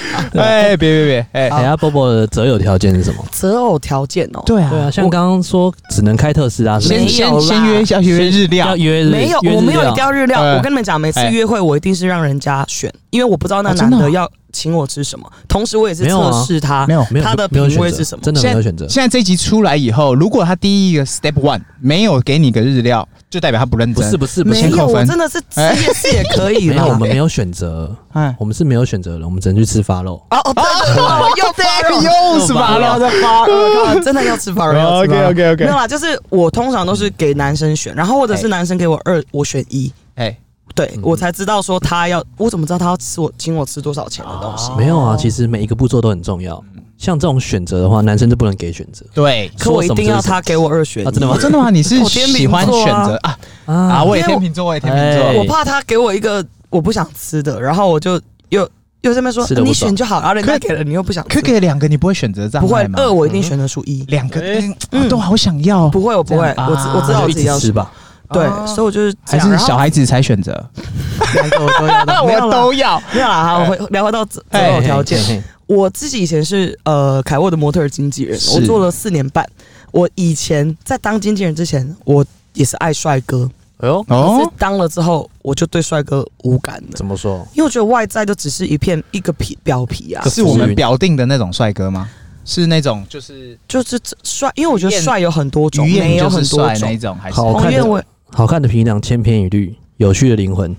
B: (laughs) 哎，别别别，哎，
A: 等一下，Bobo 的择友条件是什么？
C: 择偶条件哦，
B: 对
A: 对啊，像刚刚说只能开特斯拉，是不
B: 先
A: 是
B: 先先约一下，约日
A: 要
B: 料。
A: 约日
C: 没有，
A: 约日
C: 我没有一定
A: 料
C: 要日料。
B: 哎
C: 我跟你们讲，每次约会我一定是让人家选，因为我不知道那
B: 哦真
C: 男
B: 的
C: 的
B: 哦
C: 要请我吃什么，同时我也是
A: 没有啊
C: 测试他
B: 没有
A: 没有
C: 他的
A: 没有
C: 品味
A: 选择
C: 是什么
A: 真的没有选择。
B: 现在这一集出来以后，如果他第一个 step one 没有给你个日料，就代表他不认
A: 不
B: 真。
A: 是不是不
C: 没
A: 是
B: 先，
C: 有，
B: 扣分
C: 我真的是吃夜市也可以
A: 哎没有，我
C: 啦。
A: 们没有选择，
B: 哎，
A: 我们是没有选择的，我们只能去吃发肉。
C: 哦哦，对
A: (laughs)
C: 对对，我又发肉，
B: 又是吧？
C: 要
B: 了。
C: 再发肉，靠真的要吃发肉。
A: 哦
C: 要吃发肉
B: OK，OK，OK
C: 没有啦，就是我通常都是给男生选，然后或者是
B: 哎
C: 男生给我二，我选一。
B: 哎，
C: 对
A: 嗯
C: 我才知道说他要，我怎么知道他要吃我请我吃多少钱的东西？
A: 没有啊，其实每一个步骤都很重要。
C: 嗯
A: 像这种选择的话，男生就不能给选择
B: 对，
C: 可我一定要他给我二选一，
A: 啊真的吗
B: 哦真的吗？你是
C: 我天秤座啊
B: 喜欢选择啊啊？
A: 啊。
B: 我也天秤座，我也天秤
A: 哎
B: 座。
C: 我怕他给我一个我不想吃的，然后我就又又在那边说
A: 吃得
C: 你
A: 不爽
C: 选就好，然后人家
B: 可
C: 给了你又不想吃，
B: 可以给两个，你不会选择障
C: 不会
B: 碍吗？
C: 二我一定选择出一，
B: 两个
A: 哎
B: 嗯，都好想要，
C: 不会我不
B: 这
C: 会，
B: 样
C: 我知
B: 啊
C: 我知
A: 那
C: 道我
A: 就一
C: 自己
A: 起
C: 要
A: 吃
C: 吃，
A: 吧，
C: 对
B: 哦，
C: 所以我就是
B: 还
C: 这样
B: 是
C: 然后
B: 小孩子才选择？
C: 两个我都
B: (laughs)
C: 要的，没有啦
B: 要。
C: 没有啦，好，我回聊回到择择
B: 哎
C: 偶条件，
A: 嘿嘿
C: 我自己以前是呃凯沃的模特儿经纪人，
B: 是
C: 我做了四年半。我以前在当经纪人之前，我也是爱帅哥，
A: 哎呦，
C: 可
B: 哦
C: 是，当了之后，我就对帅哥无感了，
A: 怎么说？
C: 因为我觉得外在就只是一片一个皮表皮啊
A: 可，
B: 是我们表定的那种帅哥吗？是那种就是
C: 就是这帅，因为我觉得帅有很多种，
B: 鱼眼
C: 美有
B: 就
C: 很
B: 是
C: 多
B: 帅那
C: 种。
B: 种，还是
A: 好
C: 哦，
A: 看
C: 因
A: 的
C: 为我
A: 好看的皮囊千篇一律，有趣的灵魂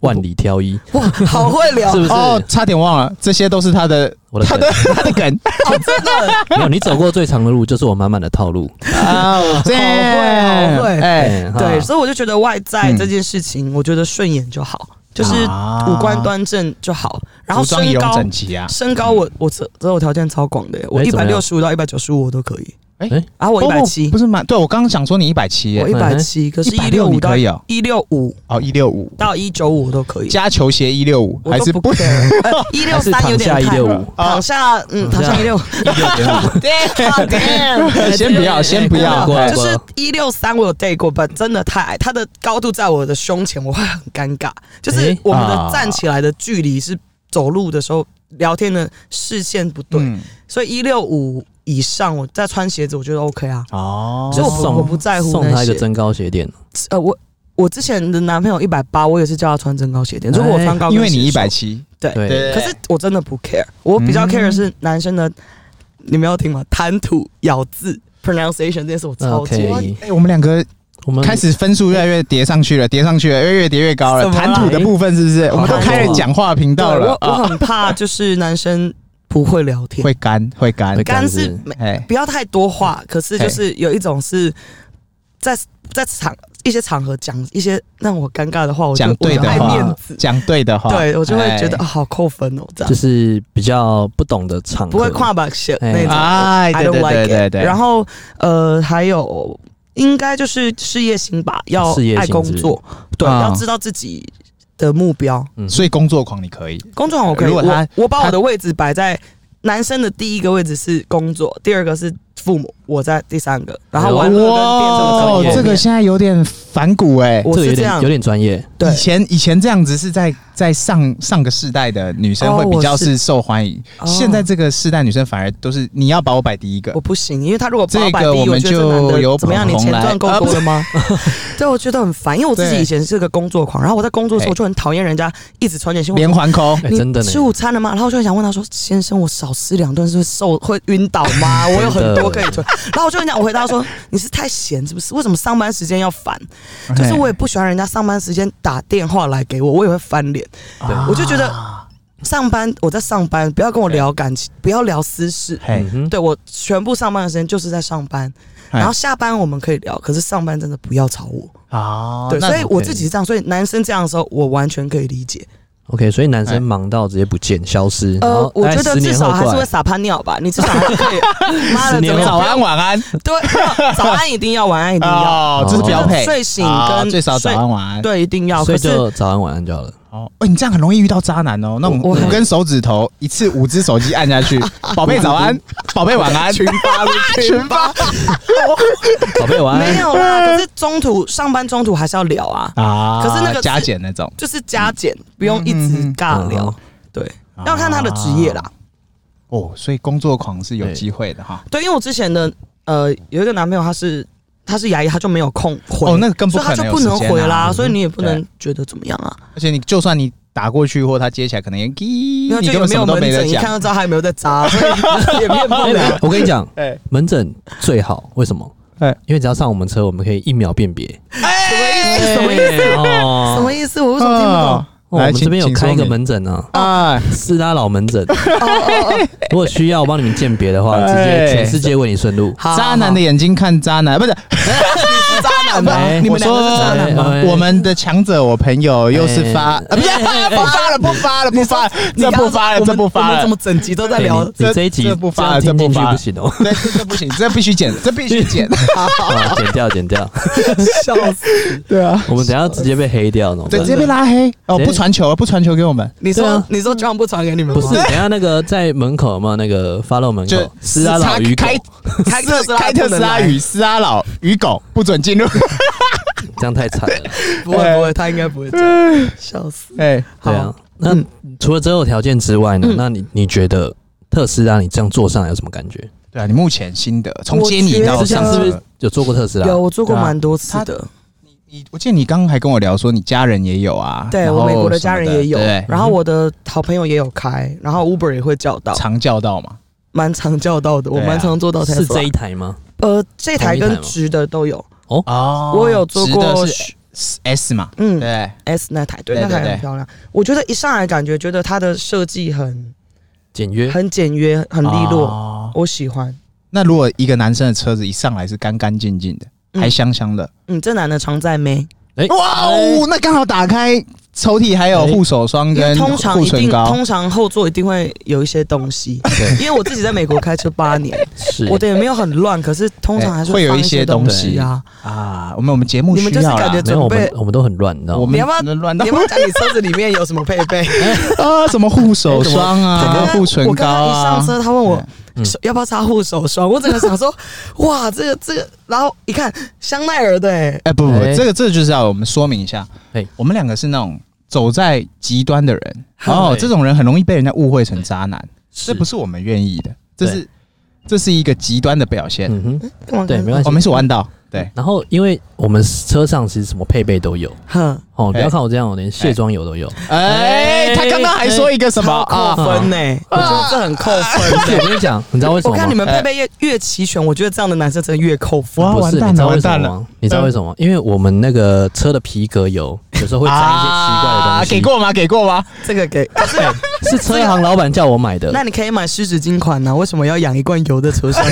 A: 万里挑一，
C: 哇，好会聊，
A: 是不是？
B: 哦，差点忘了，这些都是他的
A: 我的
B: 他
A: 梗
B: 的 (laughs) 他的梗
C: 哦，真的，
A: (laughs) 没有，你走过最长的路就是我满满的套路。
B: (laughs) 啊！这
C: 哦好会好
B: 哎，
C: 会
A: 哎，
C: 对，
A: 哈
C: 所以我就觉得外在这件事情，我觉得顺眼就好，就是
B: 啊
C: 五官端正就好，然后
B: 服装仪
C: 身
B: 容
C: 高
B: 整齐啊。
C: 身高我我择择偶条件超广的耶，我
A: 哎
C: 一
A: 怎
C: 百
A: 么
C: 六
A: 样
C: 十五到一百九十五我都可以。
B: 哎
A: 哎
C: 啊，我一百
B: 不
C: 七
B: 哦不，是蛮对我刚刚想说你一百七，
C: 我一百七，可是一六
B: 165
C: 五
B: 你
C: 到
B: 可以哦，
C: 一六五
B: 哦一六五
C: 到一九五我都可以。
B: 加球鞋一六五
C: 我
B: 还
C: 都
B: 是
C: 不呃
B: 不 (laughs) 哦
C: 一六
A: 还是
C: 三有
A: 躺
C: 点
A: 下
C: 太
A: 一六五，
C: 躺下嗯，躺下一六，
A: 一六点五，
B: (laughs) 先不要先不要
A: 过来
C: 就
A: 过来
C: 是一六三我有 date 过，但真的太矮，它的高度在我的胸前，我会很尴尬。就是
A: 哎
C: 我们的
B: 啊
C: 站起来的距离是走路的时候聊天的视线不对，
B: 嗯
C: 所以一六五以上我再穿鞋子我觉得 OK 啊。
B: 哦
C: 所以我不
A: 送
C: 我不在乎
A: 送
C: 那
A: 他一个
C: 些
A: 增高鞋垫，
C: 呃，我我之前的男朋友一百八，我也是叫他穿增高鞋垫，如果我穿高跟鞋，
B: 因为你一百，七，
C: 对。
A: 对，
C: 可是我真的不 care，我比较 care 的是男生的，你们要听吗？谈吐、咬字、pronunciation 这件事我超级
A: OK
B: 哎、我们两个
A: 我们
B: 开始分数越来越叠上去了，叠上去了，越越叠越高
C: 怎
B: 了。
C: 么啦啊哎
B: 谈吐的部分是不是？我们都开了讲话频
C: 对
B: 道了啊
C: 我我很怕就是男生不会聊天，
B: 会干会干
A: 会，
C: (laughs) 干
A: 干
C: 是
A: 是
C: 没
B: 哎，
C: 不要太多话，可是就是有一种是在在场一些场合讲一些让我尴尬的话，我就
B: 讲
C: 我
B: 对
C: 就
B: 的
C: 爱面
B: 话
C: 子，，
B: 讲对的话，
C: 对我就会觉得啊
B: 哎
C: 好扣分哦，这样
A: 就是比较不懂的场合，
C: 不会跨把鞋
A: 哎
C: 那种。
B: 哎，
C: I
B: 对
C: don't
B: 对
C: like
B: 对
C: it。
B: 对对。
C: 然后呃，还有应该就是事业心吧，要
A: 事业心
C: 爱
A: 是
C: 工
A: 不是
C: 作，对，
B: 啊
C: 要知道自己的目标。
A: 嗯
B: 所以工作狂你可以，
C: 工作上我可以，
B: 如果他
C: 我我把
B: 他
C: 我的位置摆在男生的第一个位置是工作，第二个是父母，我在第三个，然
A: 哎
C: 后
A: 呦
C: 玩乐跟店这么在后
A: 专业
C: 面
B: 这个现在有点反骨哎、
C: 我
A: 这个有
C: 是这
A: 点
C: 样
A: 有，点专业，
C: 对
B: 以前以前这样子是在在上上个世代的女生
C: 哦
B: 会比较
C: 我是
B: 是受欢迎，
C: 哦
B: 现在这个世代女生反而都是你要把我摆第一个
C: 我，不行，因为他如果
B: 这
C: 八百第
B: 个
C: 一，
B: 我们
C: 觉得这男
B: 就有
C: 的怎么样？
B: 捧
C: 你
B: 红
C: 钱
B: 来
C: 赚够
B: 啊不
C: 多
B: 是 (laughs)
C: 了吗？对，我觉得很烦，因为我自己
B: 对
C: 以前是个工作狂，然后我在工作的时候
B: 哎
C: 我就很讨厌人家一直传简讯。我
B: 连环扣。
A: 哎、
C: 你
A: 真的呢
C: 吃。午餐了吗？然后我就很想问他说：“先生，我少吃两顿是会瘦会晕倒
A: (laughs)
C: 吗？我有很多可以吞。”然后我就很想我回答说：“你是太闲是不是？为什么上班时间要烦？
A: 哎
C: 就是我也不喜欢人家上班时间打电话来给我，我也会翻脸。
A: 对
C: 我就觉得上班我在上班，不要跟我聊感情，不要聊私事。
B: 嘿
A: 嗯，哼，
C: 对我全部上班的时间就是在上班，
B: 哎
C: 然后下班我们可以聊，可是上班真的不要吵我。
B: 啊，
C: 对，
B: 那
C: 哦所以我
A: OK
C: 自己是这样，所以男生这样的时候，我完全可以理解。
A: OK，所以男
B: 哎
A: 生忙到直接不见消失，然
C: 呃
A: 后，
C: 我
A: 大概
C: 觉得
A: 10
C: 至
A: 年
C: 少
A: 后
C: 还
A: 过
C: 是会
A: 来，
C: 撒泡尿吧，你至少还是可以。
B: (laughs)
C: 妈
A: 10
C: 的，
A: 年后
C: 怎么
B: 早安晚安
C: 对，没有早安一定要，晚安一定要，
B: 哦，这是标配，
C: 睡醒
B: 啊
C: 跟
B: 最少早
C: 睡
B: 安晚安。
C: 对，一定要。
A: 所
C: 可
A: 以
C: 是
A: 就早安晚安就好了。
B: 哦，哎，你这样很容易遇到渣男哦。那种
C: 我
B: 五根手指头一次五只手机按下
C: (laughs)
B: 去，宝贝早安，宝贝晚安，群 (laughs) 发群发 (laughs)
A: 宝贝晚
C: 没
A: 安。
C: 有啦，可是中途上班中途还是要聊啊，
B: 哎啊，
C: 可是那个是
B: 加减那种，
C: 就是加减，不用一直
B: 嗯
C: 尬
A: 嗯
C: 聊
A: 嗯。
C: 对，要看他的职业啦。
B: 啊哦，所以工作狂是有
A: 对
B: 机会的哈。
C: 对，因为我之前的呃有一个男朋友，他是他是牙医，他就没有空回，
B: 哦，那个更不
C: 所以他
B: 可
C: 就
B: 能有
C: 不
B: 时
C: 能
B: 间
C: 回
B: 啊。
C: 啦，
A: 嗯
C: 所以你也不能觉得怎么样啊。
B: 而且你就算你打过去或他接起来，可能也咦
C: 没有
B: 你
C: 就
B: 根
C: 有
B: 本
C: 没
B: 什
C: 有
B: 么都
C: 门
B: 没得
C: 诊，一看
B: 讲。
C: 就知道他有没有在扎，所以 (laughs) 也变不了。
A: 我跟你讲
B: 哎，
A: 门诊最好，为什么？
B: 哎
A: 因为只要上我们车，我们可以一秒辨别。
C: 哎什么意思？
A: 哦
C: 什么意思？我为什么听不懂？
A: 哦我们这边有开一个
B: 啊哎请说明
A: 门诊啊，
B: 啊？
A: 四大老门诊。如果需要我帮你们鉴别的话，直
B: 哎
A: 接全世界为你顺路。
C: 好
B: 渣男的眼睛看渣男，不是
C: 好渣男
A: 哎
C: 吧？你们两个是渣男吗？
A: 哎
B: 我们的强者，我朋友又是发，
A: 哎
B: 啊不是不发了，不发了，不发了，这不发了，这不
C: 我
B: 发
C: 们
B: 了
C: 怎么，整集都在
A: 哎
C: 聊？
A: 你你这一集
B: 这不发
A: 样听进去
B: 这不发
A: 不行
B: (laughs)
A: 哦，
B: 对，这这不行，这必须剪，这必须剪，
A: (laughs) 啊剪掉剪
B: (laughs)
A: 掉，
C: 笑死！
B: 对啊，
A: (laughs) 我们等一下直接被黑掉，怎么
B: 对，
A: 办
B: 直接被拉黑哦，
A: 对
B: 不传球，不传球给我们，
C: (laughs) 你
A: 对
C: 说
A: 啊
C: 你说 John 不传给你们
A: 不
C: 吗？
B: (laughs)
A: 是，等一下那个在门口有没有那个发漏门
B: 就
A: 口？斯拉哦老鱼狗
B: 开
C: 开特斯拉 (laughs)
B: 开特斯拉
C: 不能来
B: 与斯拉老与狗不准进入，
A: 这样太惨了。
B: (laughs)
C: 不会不会，他应该不会这样。笑死！
B: 哎，
A: 对啊，那除了择偶条件之外
B: 嗯
A: 呢？那你你觉得特斯拉你这样坐上来有什么感觉？
B: 对啊，你目前心得从
C: 我
B: 接你
C: 觉
B: 到
C: 得
A: 之前
B: 上
A: 是不
B: 车
A: 是有坐过特斯拉？
C: 有我做过蛮多次
B: 他
C: 的，
B: 你我记得你刚刚还跟我聊说你家人也有啊，
C: 对
B: 然后
C: 我美国的
B: 什么
C: 家人也有
B: 对，
C: 然后我的好朋友也有开，然后 Uber 也会叫到，
B: 常叫到嘛，
C: 蛮常叫到的，我
B: 对啊
C: 蛮常做到 Tesla。
A: 是这一台吗？
C: 呃，这
A: 同
C: 台
A: 一
C: 跟
A: 台吗
C: 直的都有，
B: 哦
C: 我有做过
B: 是 S- S 嘛，
C: 嗯
B: 对，
C: S 那台，对，
B: 对
C: 那台
B: 对对
C: 很漂亮。我觉得一上来感觉觉得它的设计很
A: 简约，
C: 很简约，很利落，
B: 哦
C: 我喜欢。
B: 那如果一个男生的车子一上来是干干净净的，
C: 嗯
B: 还香香的，
C: 嗯，这男的常在妹，
A: 哎
B: 哇哦，那刚好打开抽屉还有护手霜
C: 因为
B: 跟
C: 通常
B: 护
C: 一
B: 唇
C: 定
B: 膏，
C: 通常后座一定会有一些
B: (laughs)
C: 东西，
A: 对，
C: 因为我自己在美国开车八年，
A: 哎是
C: 我的也没有很乱，可是通常
B: 哎
C: 还是
B: 会有
C: 放
B: 一
C: 一
B: 些东
C: 东
B: 西
C: 啊。
B: 啊，我们我们节目
C: 你
B: 需
C: 们就是
B: 要啦
C: 感觉
A: 没有我
C: 准
A: 们
C: 备
A: 我们都很乱，你知道
B: 我
A: 吗？
B: 们
C: 你要不要
B: 乱到
C: 你要不要讲你车子里面有什么配备？
B: (laughs) 啊，什么护手霜
C: 他哎刚
B: (laughs) 啊，
C: 刚
B: 护唇
C: 我
B: 膏
C: 刚刚一
B: 啊
C: 上，车，他问我
B: 对
A: 嗯
C: 手要不要擦护手霜，我整个想说，哇，这个这个，然后一看香奈儿的、欸，
B: 哎，不不，不
A: 哎
B: 这个这个就是要我们说明一下
A: 哎，
B: 我们两个是那种走在极端的人，
A: 嗨
B: 哦，这种人很容易被人家误会成渣男，这
A: 是
B: 不是我们愿意的，这
A: 对
B: 是这是一个极端的表现。哦
A: 嗯哼，
C: 干嘛
A: 对，没关系
B: 哦，。没事，我按到，对，
A: 然后因为我们车上其实什么配备都有
C: 哼，
A: 哦，不
B: 哎
A: 要看我这样，我连卸妆油都有。
B: 哎，他刚刚还说一个什么
C: 超
B: 啊？
C: 扣分呢、我觉得这很扣分。
A: 而且 (laughs) 我跟你讲，你知道为什
C: 我
A: 么
B: 啊
C: 看你
A: 吗？
C: 们配备越越齐全，我觉得这样的男生真的越扣分。
B: 哎哇，
A: 不
B: 完
A: 是，你
B: 蛋
A: 知
B: 了，
A: 道为
B: 完
A: 什
B: 蛋
A: 么
B: 了，
A: 吗？你知道为什么吗？因为我们那个车的皮革油有时候会沾一些奇怪的东
B: 啊
A: 西。
B: 给过吗？给过吗？
C: 这个给，
B: 呃
A: 是车行老板叫我买的，
C: 那你可以买湿纸巾款呢、啊为什么要养一罐油在车上呢？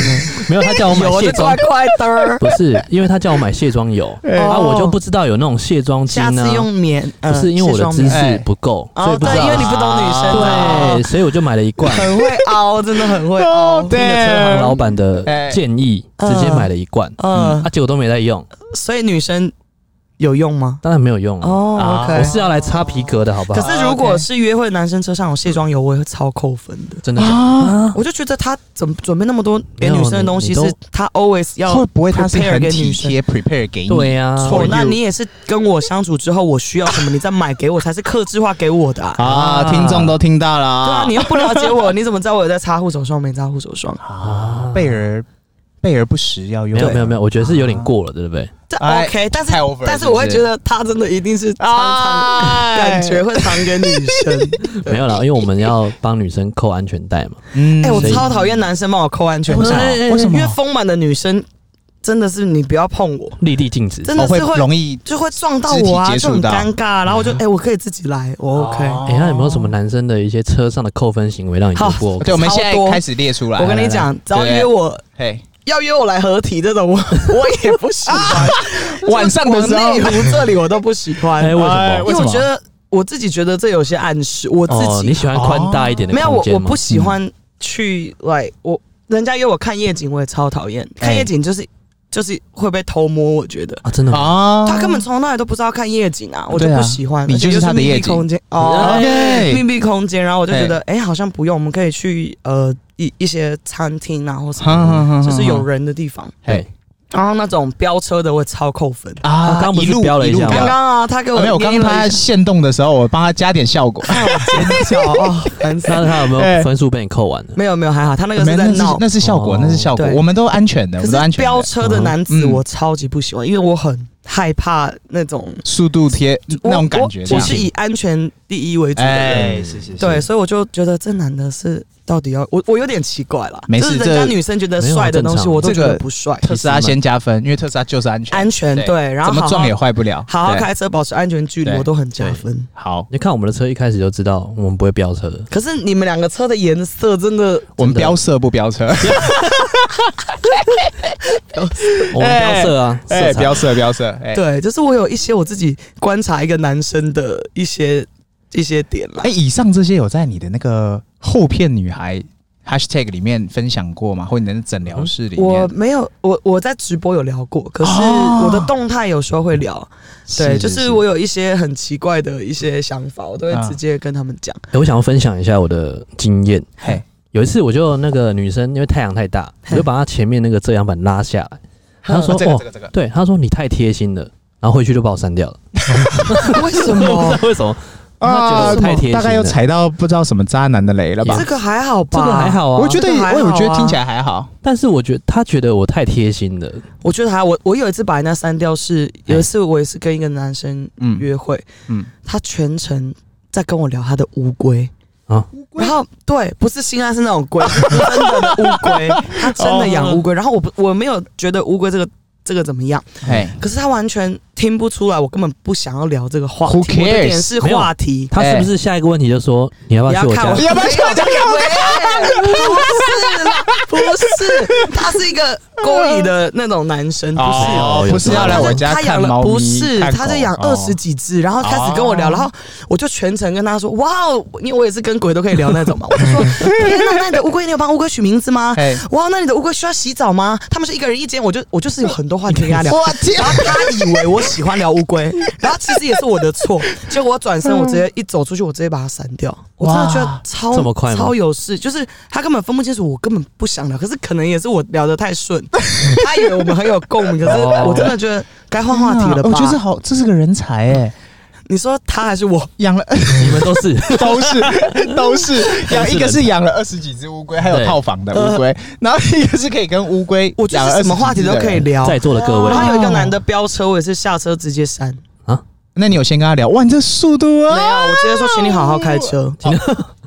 A: 没有他叫我买
C: 油
A: 卸
C: 的
A: 妆
C: 快，快的儿，
A: 不是因为他叫我买卸妆油，
B: 哎
A: 啊，
C: 哦
A: 我就 (laughs) 不知道有那种卸妆巾
C: 下
A: 呢
C: 次，用棉，呃
A: 不是因为我的
C: 卸
A: 知
C: 妆棉
A: 识不够，所以
C: 哦，
A: 不知
C: 对，因为你
A: 道。
C: 不懂女生啊，
A: 对，所以我就买了一罐，
C: 很会凹， (laughs) 真的很会凹
B: 哦，。对
A: 听了车行老板的建议，
C: 哎
A: 直接买了一罐，
C: 嗯
A: 啊，结果都没在用，
C: 所以女生有用吗？
A: 当然没有用啊。
C: 哦
A: 我
C: ，OK。
A: 是要来擦皮革的好不
C: 可
A: 好？
C: 是如果是约会男生车上有卸妆油，我也会超扣分的。
A: 真的假的啊，
C: 我就觉得他怎么准备那么多
A: 没
C: 给
A: 有
C: 女生的东
A: 你
C: 西，
A: 你都
C: 是他 always 要
B: 会不会他是
C: prepare
B: 很
C: 给
B: 体
C: 女生？
B: 贴，prepare 给你？
A: 对呀，
C: 错，
B: For
C: 那
B: you
C: 你也是跟我相处之后，我需要什么，你再买给我才是克制化给我的啊。
B: 啊，
A: (laughs) 啊
B: 听众都听到了
C: 对啊，
B: 啊
C: 你。又不了解我，你怎么知道我有在擦护手霜没擦护手霜？
A: 啊，
B: 备而备而不实要用，
A: 没有没有没有，我觉得是有点过了，对不对？
C: 这
B: 哎
C: OK，但是
B: 太 over 了
C: 但是我会
B: 是不是哎
C: 觉得他真的一定是常常
B: 啊
C: 感觉会藏给女生。
A: 没有啦，因为我们要帮女生扣安全带嘛。
B: (laughs) 嗯
C: 哎，我
A: 所以
C: 超讨厌男生帮我扣安全
B: 为什么
C: 带，
B: 为什么
C: 因为丰满的女生真的是你不要碰我，
A: 立地禁止。
C: 真
B: 我
C: 的
B: 哦会
C: 是会
B: 容易
C: 就会撞到我
B: 肢体
C: 啊，
B: 接
C: 就
B: 触
C: 很
B: 到嗯哦
C: 尴尬。然后我就哎，我可以自己来，我 OK。
A: 哎、那有没有什么男生的一些车上的扣分行为让你觉得不 OK？
B: 对，我们现
C: 超
B: 在
C: 多
B: 开始列出来。
C: 我跟
B: 来
C: 你，讲，只要
B: 对
C: 约我
B: 嘿，
C: 要约我来合体
B: (laughs)
C: 这种，我我也不喜欢。
B: 晚上的时候
C: 往内，湖这里我都不喜欢，
A: 哎、为什么？
B: 啊哎
C: 因为我觉得我自己觉得这有些暗示，我自
A: 哦，
C: 己、
A: 你喜欢宽大一点的
C: 没有
A: 空
C: 我
A: 间
C: 我
A: 吗
C: 不喜
B: 嗯
C: 欢去来我人家约我看夜景，我也超讨厌看
B: 哎
C: 夜景，就是、就是会被偷摸，我觉得。
A: 啊， (laughs) 真的吗？
B: 啊
C: 他根本从头到尾都不知道看夜景啊，我就
B: 对啊
C: 不喜欢。
B: 你
C: 而且
B: 就是
C: 又
B: 他的
C: 密闭
B: 夜景
C: 空间哦，密
B: ，OK，
C: 闭空间，然后我就觉得，哎、好像不用，我们可以去呃一一些餐厅啊，或什么，就是有人的地方。
A: 对，
C: 然后那种飙车的，我也超扣分。
A: 啊
B: 啊
A: 刚刚不是
B: 一路
A: 飙了一下吗
B: 路飙
C: 刚刚啊，他给我、
B: 啊没有，刚刚他现动的时候，我帮他加点效
C: (laughs)
B: 果。
C: 看我尖叫哦，烦死！
A: 那他有没
B: 哎
A: 有分数被你扣完了？
C: 没有没有，还好，他那个
B: 没有
C: 是在
B: 那是
C: 闹。
B: 那是效果
A: 哦，
B: 那是效果，
C: 对
B: 我们都安全的，我
C: 可
B: 们都安
C: 是
B: 全的。
C: 飙车的男子
B: 嗯
C: 我超级不喜欢，因为我很害怕那种
B: 速度贴嗯那种感觉
C: 我
B: 这
C: 我
B: 样，
C: 我是以安全第一为主的人，
B: 哎，是是是，
C: 对，所以我就觉得这男的是到底要我我有点奇怪啦。
B: 没事
C: 就是人家
B: 这
C: 女生觉得
A: 没有啊
C: 帅的东
A: 正
C: 西，
A: 常
C: 我都
B: 这
C: 觉
B: 个
C: 得不帅。
B: 特斯拉先加分，因为特斯拉就是安全，
C: 安全
B: 对
C: 对，然后
B: 怎么
C: 好
B: 撞
C: 好
B: 也坏不了。
C: 好好
B: 对
C: 开车，保持安全距离，
B: 对
C: 我都很加分。
B: 好，
A: 你看我们的车一开始就知道我们不会飙车的，
C: 可是你们两个车的颜色真的
B: 我
A: 真
B: 们
A: 的
B: 飙色不飙车，
A: 我们飙色啊，
B: 哎，
A: 色
C: (laughs)
A: 彩
B: 飙色飙色，哎。
C: 对，就是我有一些我自己观察一个男生的一些一些点啦
B: 哎、。以上这些有在你的那个后片女孩 hashtag 里面分享过吗？或你的诊疗室里面？
C: 我没有，我我在直播有聊过，可是
B: 哦
C: 我的动态有时候会聊，对，就是我
B: 有
C: 有一些很奇怪的一些想法，我都会
B: 啊
C: 直接跟他们讲。
A: 哎我想要分享一下我的经验。
B: 嘿，
A: 有一次，我就那个女生因为太阳太大，我就把她前面那个遮阳板拉下
C: (laughs)
A: 来。她说：“
B: 这个
A: 哦
B: 这，个这个，
A: 对，她说你太贴心了。”然后回去就把我删掉了。
C: (laughs)
A: (laughs)
C: 为什
A: 不
C: 么 (laughs)
A: 知？道为什么？她觉得我太贴心了
B: 啊大概又踩到不知道什么渣男的雷了吧
C: 这？个还好吧？
A: 这个还，好啊，
B: 我觉得，
C: 这个还好啊
B: 我觉得听起来还好。
A: 但是我觉得她觉得我太贴心了。
C: 我觉得还好我我有一次把人家删掉是有一
A: 哎
C: 次我也是跟一个男生
B: 嗯
C: 约会，
B: 嗯，
C: 他全程在跟我聊他的乌龟
A: 啊。
C: 然后对，不是心安是那种龟， (laughs) 是真的的乌龟，他真的养乌龟。然后我不我没有觉得乌龟这个这个怎么样，
B: 嘿，
C: 可是他完全听不出来，我根本不想要聊这个话
B: Who
C: 题。我的
B: cares？
C: 点是话题，
A: 她是不是下一个问题就说你要不
C: 哎你
A: 要去
C: 要
A: 我
C: 看
A: 家
C: 我？
B: 要哎不要去我家看
C: 喂不是啦，不是，他是一个勾引的那种男生，不是。
A: 哦
B: 不是要来我家
C: 他养
B: 看
C: 了
B: 猫咪
C: 不是，
B: 看狗
C: 他在养
B: 哦
C: 二十几只，然后开始跟我聊，
B: 哦
C: 然后我就全程跟他说：“哇，哦，因为我也是跟鬼都可以聊那种嘛。”我就说：“天哪，那你的乌龟，你有帮乌龟取名字吗
B: 嘿，？”
C: 哇，那你的乌龟需要洗澡吗？他们是一个人一间，我就我就是有很多话题跟他聊。
B: 我天啊
C: 然！后他以为我喜欢聊乌龟，然后其实也是我的错。结果我转身，我直接一走出去，我直接把它删掉。我真的觉
B: 哇
C: 得超
A: 嗯这么快吗
C: 超有事，就是他根本分不清楚，我根本不想聊。可是可能也是我聊得太顺，他以为我们很有共鸣。可是
A: 哦
C: 我真的觉得该换话题了吧？
B: 我觉得好，这是个人才哎，
C: 你说他还是我？
B: 养了 (laughs)
A: 你们都
C: (laughs)
A: 是
B: 都是都是养一个是养了二十几只乌龟，还有
A: 对
B: 套房的乌龟，然后一个是可以跟乌龟，
C: 呃我觉得什么话题都可以。聊。
A: 在座的各位哦
C: 然
B: 哇
C: 后有一个男的飙车，我也是下车直接删。
B: 那你有先跟他聊，哇，你这速度
C: 没有，
B: 啊！
C: 我直接说请你好好开车。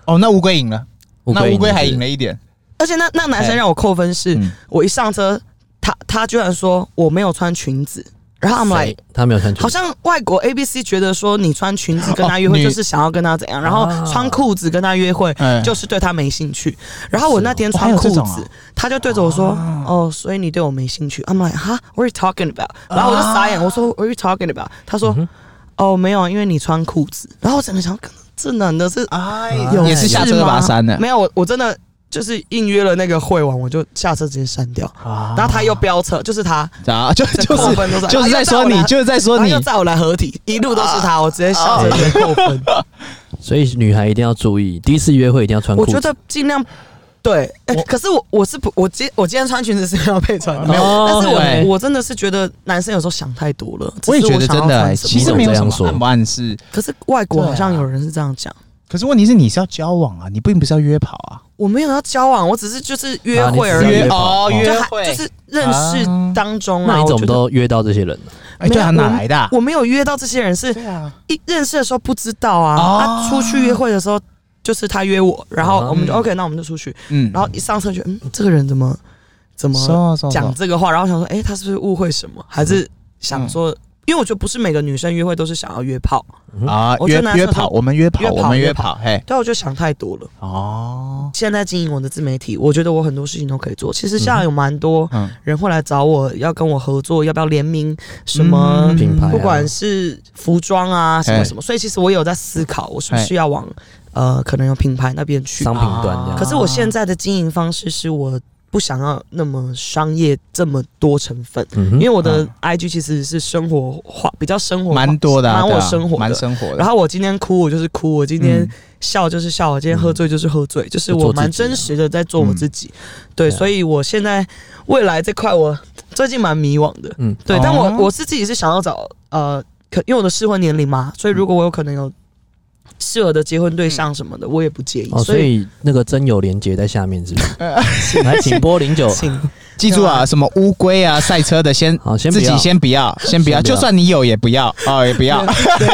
B: 哦，那乌龟赢了，那乌龟还赢
A: 了。
B: 了一点。
C: 而且那那男生让我扣分是，
B: 嗯
C: 我一上车，他他居然说我没有穿裙子，然后 I'm like。
A: 谁他没有穿裙
C: 好
A: 子，
C: 像外国 A B C 觉得说你穿裙子跟他约
B: 哦
C: 会
B: 女
C: 就是想要跟他怎样，然后
A: 啊
C: 穿裤子跟他约会
B: 哎
C: 就是对他没兴趣。然后我那天
B: 哦还
C: 穿
B: 有
C: 裤
B: 这种啊
C: 子，他就对着我说：“哦，所以你对我没兴趣。”I'm like 哈，What are you talking about？然后我就傻
B: 啊
C: 眼，我说：“What are you talking about？” 他说：“
B: 嗯
C: 哦，没有，啊，因为你穿裤子。”然后我整个想，可能这男的是
B: 哎
A: 有
B: 也是下车就把它删了。
C: 没有，我我真的就是应约了那个会完，我就下车直接删掉。
A: 啊
C: 然后他又飙车，就是他，
B: 啊，就
C: 这
B: 就
C: 扣
B: 是
C: 分都是
B: 就是在说你，就是在说
C: 然后
B: 你
C: 啊
B: 啊哦
C: 又，载我来合体，一路都是他，我直接下车直接扣分。
A: 所以女孩一定要注意，第一次约会一定要穿裤
C: 我
A: 子。
C: 觉得尽量对，哎、可是我我是不，我今我今天穿裙子是要配穿
B: 啊
C: 的，
A: 没有
C: 但是我、
B: 对
C: 我真的是觉的是觉得男生有时候想太多了。
B: 哦哎我也
C: 只是
B: 觉得
C: 想
B: 真
C: 要
B: 的欸、
C: 穿什么
B: 其实没有什
A: 这样
B: 么
A: 说
B: 暗不暗示，
C: 可是外国好像有人是这样讲，
B: 可是问题是你是要交往啊，你并不是要约跑啊，
C: 我没有要交往，我只是就是约
A: 啊你
C: 会
A: 只
C: 而
A: 是
C: 已。
A: 约
B: 哦
A: 跑
C: 就
B: 约
C: 还
B: 会
C: 就是认识
B: 啊
C: 当中啊，
A: 那你怎么
C: 我觉得
A: 都约到这些人呢？
B: 哎、
C: 没
B: 对
C: 有
B: 啊，哪来的、啊？
C: 我没有约到这些人，是
B: 对啊，
C: 一认识的时候不知道啊。
B: 哦
C: 他出去约会的时候，就是他约我，然后我们就
B: 嗯
C: OK，那我们就出去。
B: 嗯
C: 然后一上车就嗯，这个人怎么怎么
B: 说说
C: 讲这个话？然后想说，哎，他是不是误会什么？还是
B: 嗯
C: 想说，因为我觉得不是每个女生约会都是想要约炮，
B: 啊，
C: 我觉
B: 约
C: 得男生
B: 约
C: 有时候
B: 跑，我们约跑，
C: 约跑
B: 我们约
C: 约
B: 跑，嘿，
C: 对啊，我就想太多了。
B: 哦，
C: 现在经营我的自媒体，我觉得我很多事情都可以做。其实现在有蛮多
B: 嗯，
C: 人会来找我，要跟我合作，要不要联名什么？
B: 嗯
A: 品牌啊
C: 不管是服装啊什么什么，所以其实我有在思考，我是不是要往呃可能有品牌那边去啊
A: 商。品端这样。
C: 可是我现在的经营方式是我不想要那么商业这么多成分，
A: 嗯哼
C: 因为我的 IG 其实是生活化，比较生活化
B: 蛮多的啊，
C: 蛮
B: 对
C: 我
B: 啊
C: 生活
B: 蛮
C: 的。
B: 生活的。
C: 然后我今天哭，我就是哭；我今天
B: 嗯
C: 笑就是笑；我今天喝醉就是喝醉，就是
A: 嗯就做自
C: 我
A: 己啊嗯
C: 蛮真实的在做我自己。
A: 对
C: 对，
A: 啊
C: 所以我现在未来这块我最近蛮迷惘的。
A: 嗯
C: 对，但
B: 哦
C: 我我是自己是想要找呃，可因为我的适婚年龄嘛，所以如果我有可能有适合的结婚对象什么的，我也不介意。
A: 哦，所以那个真有连接在下面是不
B: (laughs) 呃
A: 是？来，请拨零九。
C: 请
B: 记住啊，什么乌龟啊、赛车的，先
A: 好，先不
B: 自己
A: 要。
B: 先不要，先不要，
A: 先不要
B: 就算你有也不要哦，也不
C: (laughs)
B: 要。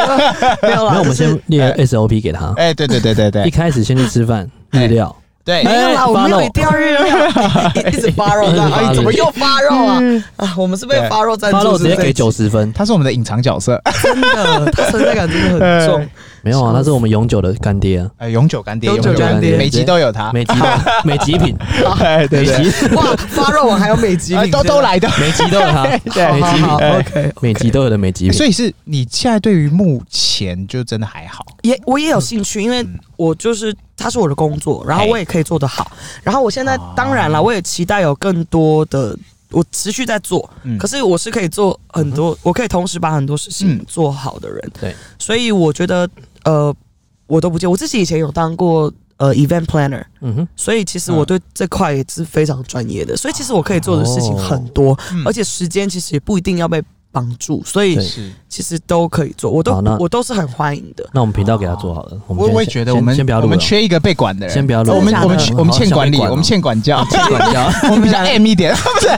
A: 没
C: 没有啦，
A: 有，我们
C: 就是
A: 先列
B: 哎
A: SOP 给他。
B: 哎，对对对对
A: 一
B: 对
A: 开始先去吃饭，
B: 哎
A: 日料。
B: 对
C: 没，有啦，
A: (laughs) 哎
C: 我没有
A: follow
C: 一定要日料，
A: (laughs)
C: 一一直发肉的，哎，怎么又发肉啊？啊，我们是被
B: 嗯对
C: 发肉赞
A: 八
C: 助，
A: 肉直接
C: 是不是
A: 给九十分，
B: 他是我们的隐藏角色，
C: 真的，他存在感真的很重。
A: 没有啊，他是我们永久的干爹啊，
B: (laughs) 哎，永久干爹，
C: 永久干爹
B: 每集都有他，
A: 每集都每集品，
B: 哎，啊 (laughs) 对 (laughs)
A: 每
B: 对，
A: 集
C: 哇，发肉网还有美极
B: 哎 (laughs)
C: 品，
B: 都都来的。
A: 每集都有他，
C: 好
A: 每
C: 好
A: 集
C: 好
A: 品，
C: ，OK。
A: 每集都有的每集
B: 所
A: 品。
B: 以是你现在对于目前就真的还好，
C: 也我也有兴趣，因为我就是它是我的工作，然后我也可以做得好。然后我现在
B: 哦
C: 当然了，我也期待有更多的，我持续在做。
B: 嗯
C: 可是我是可以做很多，我可以同时把很多事情
B: 嗯
C: 做好的人。
A: 对，
C: 所以我觉得呃，我都不介意。我自己以前有当过呃 event planner，
A: 嗯哼，
C: 所以其实
B: 嗯
C: 我对这块也是非常专业的，所以其实我可以做的事情很多，
B: 嗯
C: 而且时间其实也不一定要被绑住，所以
A: 对
B: 是
C: 其实都可以做，我都
A: 好那
C: 我都是很欢迎的。
A: 那我们频道给他做好了。我们
B: 我
A: 先
B: 我也觉得
A: 先
B: 我们
A: 先不要
B: 我
A: 录
B: 们
A: 了，
B: 缺一个被管的人，
A: 先不要录了
B: 我们
C: 真的假
B: 我
C: 的
B: 们我们欠管理，
A: 好像被管哦
B: 我们欠管教，
A: 先管教。
B: (laughs) 我们比较 M 一
A: (laughs)
B: 点， (laughs) 不是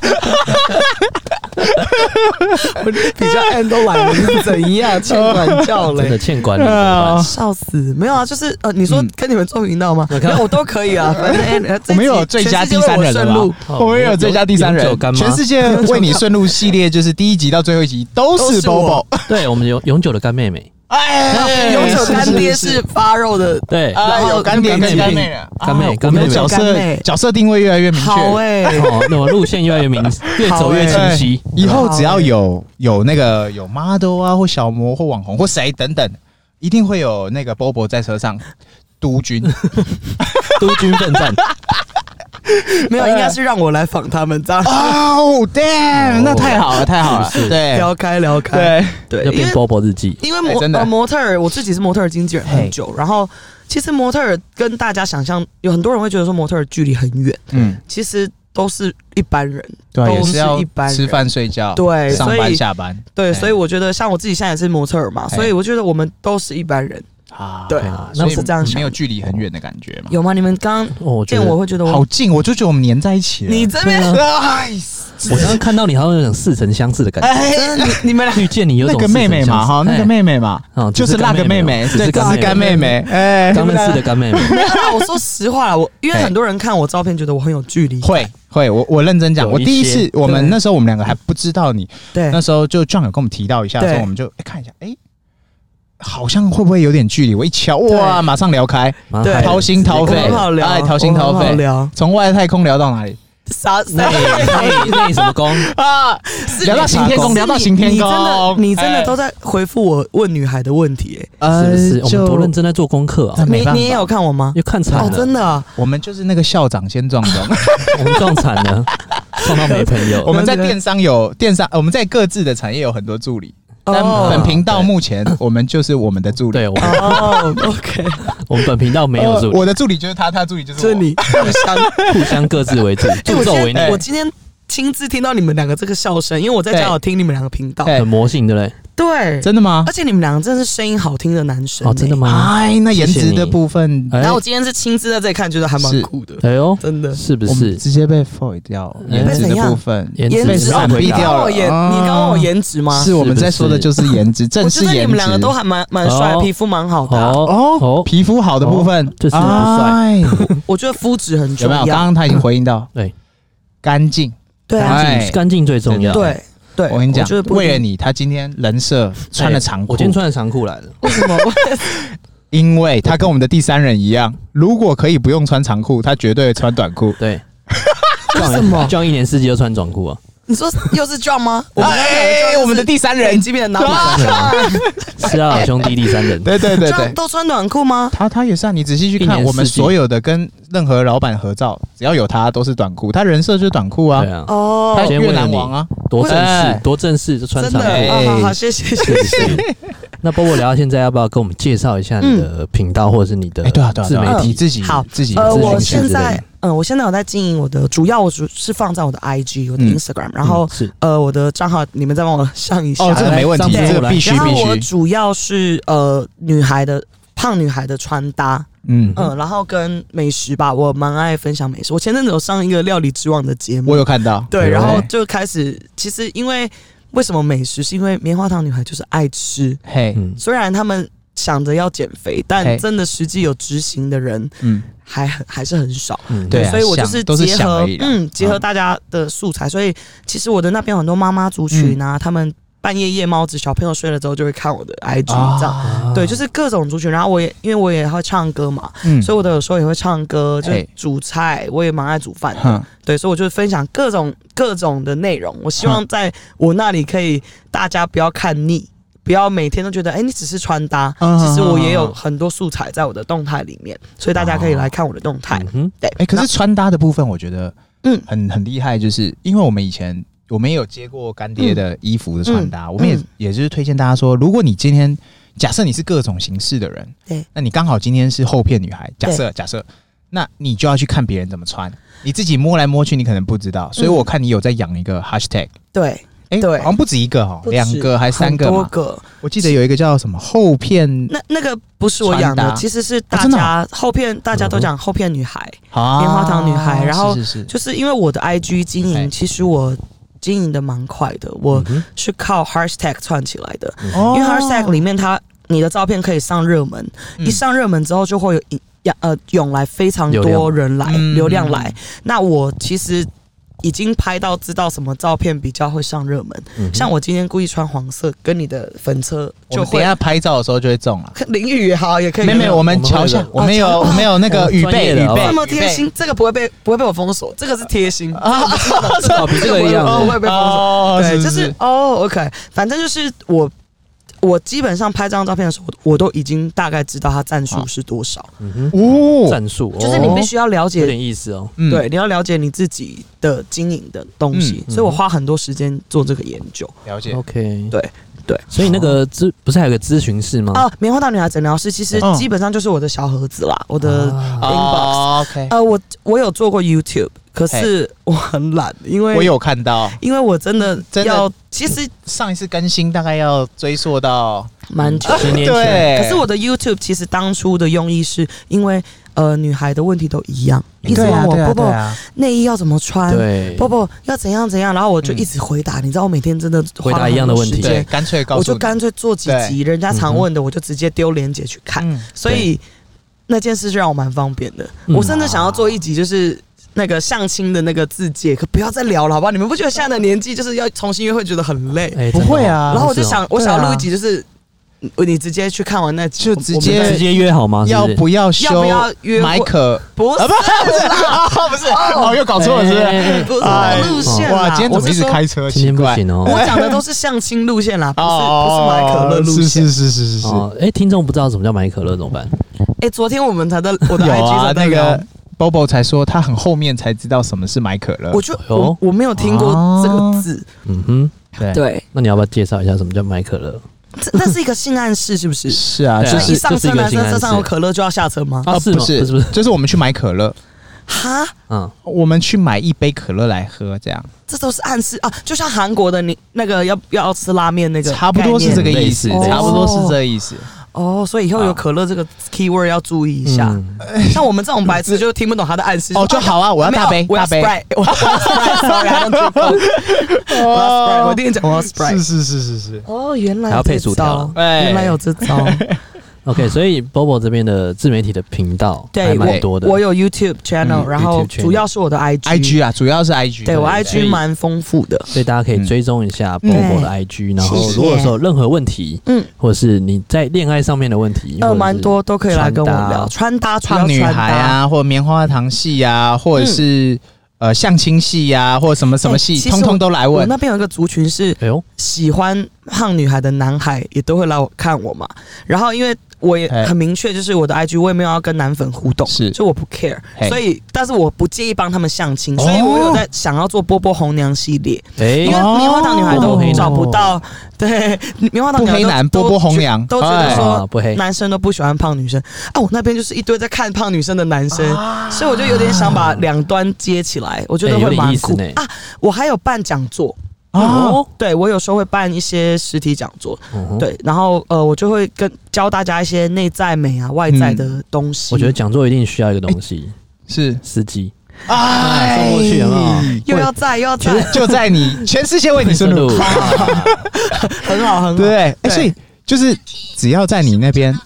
C: 比较 M 都来了，是怎样？欠管教
B: (laughs)
A: 真的
C: 嘞，
A: 欠管理怎么办，
C: (laughs) 笑死！没有啊，就是呃，你说
B: 嗯
C: 跟你们做频道吗？
A: 我
C: 没
A: 看
C: 有，我都可
B: (laughs)
C: 以啊，反正 N
B: 我们有最佳第三人了吧
C: 路，
B: 我哦们也有最佳第三
A: 永
B: 人
A: 久干，妈
B: 全世界为你顺路系列就是第一集到最后一集都
C: 都
B: 是
C: 是我
B: Bobo，
A: (laughs) 对我们有永久的干妹妹，
B: 哎
C: 永久干爹
B: 是是
C: 是发肉的，
A: 对，
B: 啊
C: 然后
B: 有干爹跟干妹了，
A: 干妹
B: 啊
A: 干妹
B: 我们的角
C: 干
B: 色
C: 妹
B: 角色定位越来越明确，(laughs)
C: 好哎，
A: 哦，那我路线越来越明，越走越清晰。
B: 哎以后只要有有那个有 model 啊，或小模或网红或谁等等，一定会有那个 Bobo 在车上督 (laughs) 军。
A: 督军奋战，
C: 没有，应该是让我来访他们，这样
B: 哦，damn，那太好了，太好了，对
C: 聊开聊开，
B: 哎对，
C: 对，
A: 要
C: 因
A: 变
C: 为
A: Bobo 日记。
C: 因为
B: 哎
C: 模、
B: 真的
C: 呃模特儿，我自己是模特儿经纪人很久，然后其实模特儿跟大家想象，有很多人会觉得说模特儿距离很远，
B: 嗯，
C: 其实都是一般人，
B: 对，啊
C: 都
B: 也是要
C: 一般人
B: 吃饭睡觉，
C: 对
B: 上
C: 所
B: 班
C: 以
B: 下班
C: 对，
B: 哎
C: 所以我觉得像我自己现在也是模特儿嘛，
B: 哎
C: 所以我觉得我们都是一般人，
B: 啊
C: 对
B: 所以
C: 那是这样想
B: 没有距离很远的感觉嘛。
C: 有吗？你们刚刚
A: 哦，我觉
C: 见
A: 得
C: 我会觉得我
B: 好啊近，我就觉得我们粘在一起了。
C: 你这边， (laughs)
B: 哎，
A: 我刚刚看到你好像有种似曾相似的感觉。
C: 真的你你们俩
A: 遇见你有
B: 那
A: 种
B: 个
A: 似
B: 妹
A: 曾
B: 妹嘛，
A: 相识
B: 哈，那个
A: 哎
B: 妹妹嘛
A: 哎，哦
B: 就是那个妹妹，
A: 只
B: 对，
A: 是
B: 就
A: 干
B: 是
A: 妹
B: 干妹妹，哎，
A: 刚认识的干
C: (laughs)
A: 妹妹，
C: 没有啦，我说实话啦，我因为很多人看我照片觉得我很有距离，
B: (laughs) 会会，我我认真讲，
A: 有
B: 我
A: 一
B: 第一
A: 些
B: 次，我们
C: 对
B: 那时候我们两个还不知道你，
C: 对
B: 那时候就 John 有跟我们提到一下的时候，
C: 对
B: 我们就、哎看一下，哎、好像会不会有点距离？我一瞧，哇，
C: 对
B: 马上聊开，
A: 蛮
C: 对
A: 嗨的
B: 掏心掏
C: 我
B: 肺
C: 很好聊，
B: 哎掏心掏
C: 我很好
B: 肺
C: 聊。
B: 从外太空聊到哪里？
C: 啥
A: 内
C: 啥
A: 内内什么宫？
B: 啊，
C: 是
B: 聊到
C: 你
B: 行天宫，聊到行天
C: 你真的
B: 宫，
C: 你真的都
B: 哎
C: 在回复我问女孩的问题、欸，
A: 是不是？我
B: 呃就哎
A: 们多认真在做功课啊
B: 那！没
C: 你
B: 办法
C: 你也有看我吗？
A: 又看惨
C: 哦，
A: 了，
C: 真的啊、
B: 我们就是那个校长先撞 (laughs) 钟，
A: 我们撞惨
C: (laughs)
A: 了，撞到没朋友
B: 我。们在电商有电商，我们在各自的产业有很多助理，但
C: 哦
B: 本频道目 (laughs) 前我们就是我们的助理，
A: 对，我们
B: (laughs)
C: 哦，OK，
A: 我们本频道没有助
B: 呃
C: 哦
A: 理，
B: 我的助理就是他，他的助理就是
C: 这
B: 我。
C: 你互相。
A: 互相各自为主，
C: 哎
A: 助纣为虐，
C: 我今天我今天亲自听到你们两个这个笑声，因为我在
B: 对
C: 家有听你们两个频道，
B: 对
A: 很魔性，对不对？
C: 对，
B: 真的吗
C: 而？且你们两个真的是声音好听的男生、
A: 哦，真的
C: 吗？
A: 吗？
B: 哎，那颜
A: 谢
B: 值
A: 谢
B: 的
A: 你
B: 部分，
A: 哎
C: 然后我今天是亲自在这里看，觉得还蛮
B: 是
C: 酷的，
A: 哎呦，
C: 真的。
A: 是不
B: 我们
A: 是？
B: 直接被 f o 掉
A: 哎
B: 颜值
C: 被怎
B: 的
C: 样
B: 部分，
A: 颜
C: 颜
A: 被
C: 值
B: 值
C: 哦，
B: 闪
C: 你
B: 避掉
C: 刚
B: 了
C: 我颜，
B: 啊
C: 你刚我颜值吗？
B: 是我们在说的就是颜 (laughs) 值，正
C: 我觉
B: 是
C: 得你
B: 颜
C: 们
B: 值。
C: 两个都还蛮蛮帅，
A: 哦
C: 皮肤蛮好的啊。
A: 哦
B: 哦，皮肤好的部分
A: 就是不帅
B: 哎
C: 我觉得肤质
B: (laughs)
C: 很
B: 有
C: 重
B: 没 (laughs) 有？刚
C: 要。
B: 刚他已经回应到，
A: 对，
B: 干净。
C: 对啊，
A: 干
B: 哎
A: 净干净最重要。
C: 对对，
B: 我跟你讲
C: 哎觉得，不一
B: 为了
C: 定
B: 你，他今天人设穿了长
A: 哎
B: 裤，
A: 我今天穿的长裤来了。
C: 为
B: (laughs)
C: 什么我
B: 因为他跟我们的第三人一样，如果可以不用穿长裤，他绝对穿短裤。
A: 对，
C: 为什么
A: 这样一年四季都穿短裤啊？
C: 你说又是 John 吗？我们
B: 哎，我们的第三人
C: 人，即便拿
B: 啊
A: 是啊，兄弟第三人。
B: 对对对
C: John
B: 对，
C: 都穿短裤吗？
B: 他他也是啊。你仔细去
A: 一
B: 看，
A: 年
B: 我们
A: 四季
B: 所有的跟任何老板合照，只要有他都是短裤，他人设就是短裤啊
A: 对。啊，
C: 哦
B: 他，
A: 今天
B: 越
A: 为了
B: 南
A: 你
B: 王啊，
A: 多正
B: 哎
A: 式，多正式就穿
C: 真
A: 长
C: 的，
A: 裤。
C: 哦好好，谢谢谢
A: 是不
C: 谢。
A: 是？那波波聊到现在，要不要跟我们介绍一下你的频道，或者是你的
B: 哎，对啊对啊，
A: 自
B: 对啊
A: 媒
B: 你
A: 体？
B: 自己
C: 好
B: 自己
C: 呃，
A: 咨询
C: 我
A: 师之
C: 现
A: 类
C: 在
A: 的，
C: 嗯，我现在有在经营我的，主要我主是放在我的 IG、我的
B: 嗯
C: Instagram，然后
A: 嗯是
C: 呃，我的账号你们再帮我上一下。
B: 哦，这个没问题，
A: 来
B: 这个必须
C: 然后我
B: 必须。
C: 主要是呃女孩的胖女孩的穿搭，
B: 嗯，
C: 嗯，然后跟美食吧，我蛮爱分享美食。我前阵子有上一个料理之王的节目
B: 我，有看到。
A: 哎
C: 对，
A: 呦
C: 然后就开始，其实因为为什么美食，是因为棉花糖女孩就是爱吃，
B: 嘿，
A: 嗯，
C: 虽然她们想着要减肥，
B: 嘿
C: 但真的实际有执行的人
B: 嗯，
C: 还很还是很少。
A: 嗯
B: 对啊
C: 所以我就
B: 想都是
C: 结
B: 想
C: 合
B: 而已啦
C: 嗯，结合
B: 嗯
C: 大家的素材，所以其实我的那边有很多妈妈族群
B: 嗯
C: 啊，他们半夜夜猫子小朋友睡了之后就会看我的 IG 这样。
B: 啊，
C: 对，就是各种族群，然后我也因为我也会唱歌嘛，
B: 嗯
C: 所以我的有时候也会唱歌，就
B: 嘿
C: 是煮菜，我也蛮爱煮饭的。
B: 哼
C: 对，所以我就分享各种各种的内容。我希望在我那里可以大家不要看腻，不要每天都觉得哎、你只是穿搭。
B: 嗯哦
C: 其实我也有很多素材在我的动态里面，所以大家可以来看我的动态。
A: 嗯哼，
C: 对，
B: 哎、可是穿搭的部分，我觉得，嗯
C: 嗯，
B: 很很厉害，就是因为我们以前我们也有接过干爹的衣服的穿搭，我们也、
C: 嗯
B: 也就是推荐大家说，如果你今天假设你是各种形式的人，
C: 对，
B: 那你刚好今天是厚片女孩，假设假设，那你就要去看别人怎么穿，你自己摸来摸去，你可能不知道，所以我看你有在养一个 hashtag，
C: 对，
B: 哎、
C: 嗯对
B: 好像不止一个哦，
C: 不止
B: 两个还三个
C: 很多
B: 嘛，
C: 个。
B: 我记得有一个叫什么厚片
C: 那那个不是我养
B: 穿
C: 的
B: 搭，
C: 其实是大
B: 哦真的
C: 家后片，大家都讲后片女孩，
B: 啊
C: 棉花糖女孩然后
B: 是是是，
C: 就是因为我的 IG 经
B: 哎
C: 营，其实我经营的蛮快的，我
A: 嗯哼
C: 是靠 hashtag 串起来的。
B: 哦
C: 因为 hashtag 里面它你的照片可以上热门，
B: 嗯
C: 一上热门之后就会有一呀呃涌来非常
A: 流
C: 多人来
B: 嗯
C: 流量来。那我其实已经拍到知道什么照片比较会上热门，
A: 嗯哼
C: 哎像我今天故意穿黄色，跟你的粉车
B: 我
C: 就
B: 们等一
C: 会。
B: 下拍照的时候就会中了。
C: (laughs) 可淋雨也好也可以，
B: 没有没有，我们瞧一下，我
C: 我们
B: 们
C: 会的
B: 有
C: 哦瞧
B: 我们有那个
A: 哦
B: 预
A: 专
B: 备
A: 业
B: 预
A: 的
B: 备，
C: 这么贴心，这个不会被不会被我封锁，这个是贴心
B: 啊
A: 哦，比这个一样
C: 我
A: 子
C: 会
B: 预备
C: 被封锁。
B: 哦
C: 对，就是哦，OK，反正就是我。我基本上拍这张照片的时候，我我都已经大概知道它赞数是多少，
A: 嗯哼，
B: 哦，
A: 战术
C: 就是你必须要了
A: 有
C: 解，
A: 点意思哦。
B: 嗯，
C: 对，你要了解你自己的经营的东西，
A: 嗯
C: 所以我花很多时间做这个研究。
B: 了解
A: OK，
C: 对对，
A: 所以那个咨不是还有个咨询室吗？
C: 啊，棉花糖女孩诊疗室其实
B: 嗯
C: 基本上就是我的小盒子啦，我的
A: 啊，
C: inbox。
B: 哦 OK，
C: 呃，我我有做过 YouTube，可是我很懒，因为
B: 我有看到
C: 因为我真的
B: 真的
C: 要，其实
B: 上一次更新大概要追溯到
C: 蛮久的。
A: 十年前，
B: 对，
C: 呃可是我的 YouTube 其实当初的用意是因为呃女孩的问题都一样，一直
B: 对啊
C: 问我
B: 对啊
C: 波
B: 对
C: 波
B: 啊，
C: 内衣要怎么穿，
A: 对，
C: 波波要怎样怎样，然后我就
B: 嗯
C: 一直回答，你知道我每天真的花
A: 回答
C: 了很
A: 一样的
C: 多
A: 问题
C: 时
B: 对，
C: 间，
B: 干脆告
C: 我
B: 诉
C: 就
B: 你，
C: 干脆做几
B: 对
C: 集人家常问的，我就直接丢链接去看，
B: 嗯
C: 所以那件事就让我蛮方便的。
A: 嗯
C: 我真的想要做一集就是。那个相亲的那个字界，可不要再聊了，好不好？你们不觉得现在的年纪就是要重新约会，觉得很累？
A: 哎
B: 不会啊
A: 真的哦
C: 然后我就
A: 是哦
C: 想，我想
B: 对
C: 要
B: 啊
C: 录一集，就是嗯你直接去看完那集
B: 就
C: 我们
B: 直接
C: 再
A: 直接约好
C: 哦
A: 吗？是
B: 要
A: 是
B: 不要修？
C: 要不要约会
B: 麦克？
C: 不是
B: 啊，不是啦，不是，哦，又搞错了，是不
A: 哎哎
B: 是？
A: 哎
C: 不是
B: 哎
C: 路线啦
B: 哇，今天怎么一直？
C: 我是说
B: 开
A: 今
B: 车？奇
A: 天不
B: 怪哦
A: 行哦。
C: 我讲的都是相亲路线啦，不是不是买可乐路
B: 是
C: 线
B: 是。是是是是。
A: 哦，哎，听众不知道什么叫买可乐怎么办？
C: 哎，昨天我们才在我的
B: 有
C: IG
B: 啊
C: 上，
B: 那个 Bobo 才说他很后面才知道什么是买可乐
C: 我。就
A: 有
C: 我我没有听过
B: 哦
C: 这个字，
A: 嗯哼，
B: 对
C: 对，
A: 那你要不要介绍一下什么叫买可乐？
C: 这那是一个性暗示，是不是？
B: 是啊，
A: 对啊
B: 就
C: 所以
B: 是
C: 一上
A: 就是一
C: 车，
A: 个
C: 男
A: 性
C: 生
A: 暗示
C: 车上有可乐就要下车吗？
A: 啊
B: 啊，
A: 是吗
B: 不
A: 不是不是
B: 就是我们去买可乐，啊
C: 哈，
A: 嗯，
B: 我们去买一杯可乐来喝，这样
C: 这都是暗示啊，就像韩国的你那个要要吃拉面那个概念，
B: 差不多是这个意思
A: 概，念
B: 差不多是这个意思。
C: 哦，所以以后有可乐这个 keyword 要注意一下。
A: 嗯
C: 像我们这种白痴就听不懂他的暗示。
B: 哦，就好啊，我要
C: 啊，没有
B: 大杯，
C: 我要
B: 大杯。
C: Sprite，我要 Sprite，sorry，I don't drink Coke
B: (laughs)
C: 我要 Sprite，我第一天讲我要 Sprite。
B: 哦
C: 哎
B: 是是是是，
C: 哦，原来
A: 还要配薯条了
C: 有这招原来有这招。
A: OK，所以 Bobo 这边的自媒体的频道还
C: (laughs) 啊对，
A: 蛮多的。
C: 我我有 YouTube channel，
B: 嗯
C: 然后
A: YouTube channel
C: 主要是我的 IG。
B: IG 啊，主要是 IG。
C: 对我
A: 对所以
C: IG 蛮丰富的。
A: 所以大家可以追踪一下
C: 嗯
A: Bobo 的
C: 嗯
A: IG，、然后
C: 谢谢
A: 如果说有任何问题，
C: 嗯，
A: 或者是你在恋爱上面的问题，或
C: 呃，
A: 者是
C: 蛮多都可以来跟我
A: 穿搭
C: 聊穿搭，主要
B: 胖女
C: 穿
B: 孩
C: 搭。嗯
B: 啊，或者棉花糖系啊，或者是呃相亲系啊，或者什么什么
C: 哎
B: 系，
C: 其实
B: 通通都来
C: 我
B: 问。
C: 那边有一个族群是
A: 哎呦，
C: 喜欢胖女孩的男孩也都会来我看我嘛。然后因为我也
B: 嘿
C: 很明确，就是我的 IG 我也没有要跟男粉互动，
B: 是
C: 就我不 care，
B: 嘿哦
C: 所以但是我不介意帮他们相亲，所以我有在想要做波波红娘系列，
A: 哎、
C: 因为棉花糖女孩
A: 哦
C: 都找不到，对，棉花糖
B: 不
C: 女孩
B: 黑
C: 都
B: 男
C: 都
B: 波波红
C: 觉
B: 娘
C: 都觉得
B: 哎
A: 啊
C: 说
A: 不黑，
C: 男生都不喜欢胖女生啊，我那边就是一堆在看胖女生的男生，所以我就有点想把两端接起来，我觉得
A: 哎有
C: 会
A: 点
C: 蛮
A: 意思
C: 酷、
A: 呢
C: 啊。我还有办讲座，
B: 哦，
C: 对我有时候会办一些实体讲座，
A: 嗯哼，
C: 对，然后呃，我就会跟教大家一些内在美啊、外在的东西。
A: 我觉得讲座一定需要一个东西，
B: 是
A: 司机，
B: 哎
A: 送过去有没有
C: 又要在又要在，
B: 就在
C: (laughs)
B: 你全世界为你顺路，
C: 很好很好。
B: 对不对？哎，
C: (laughs) 对
B: 所以就是只要在你那边，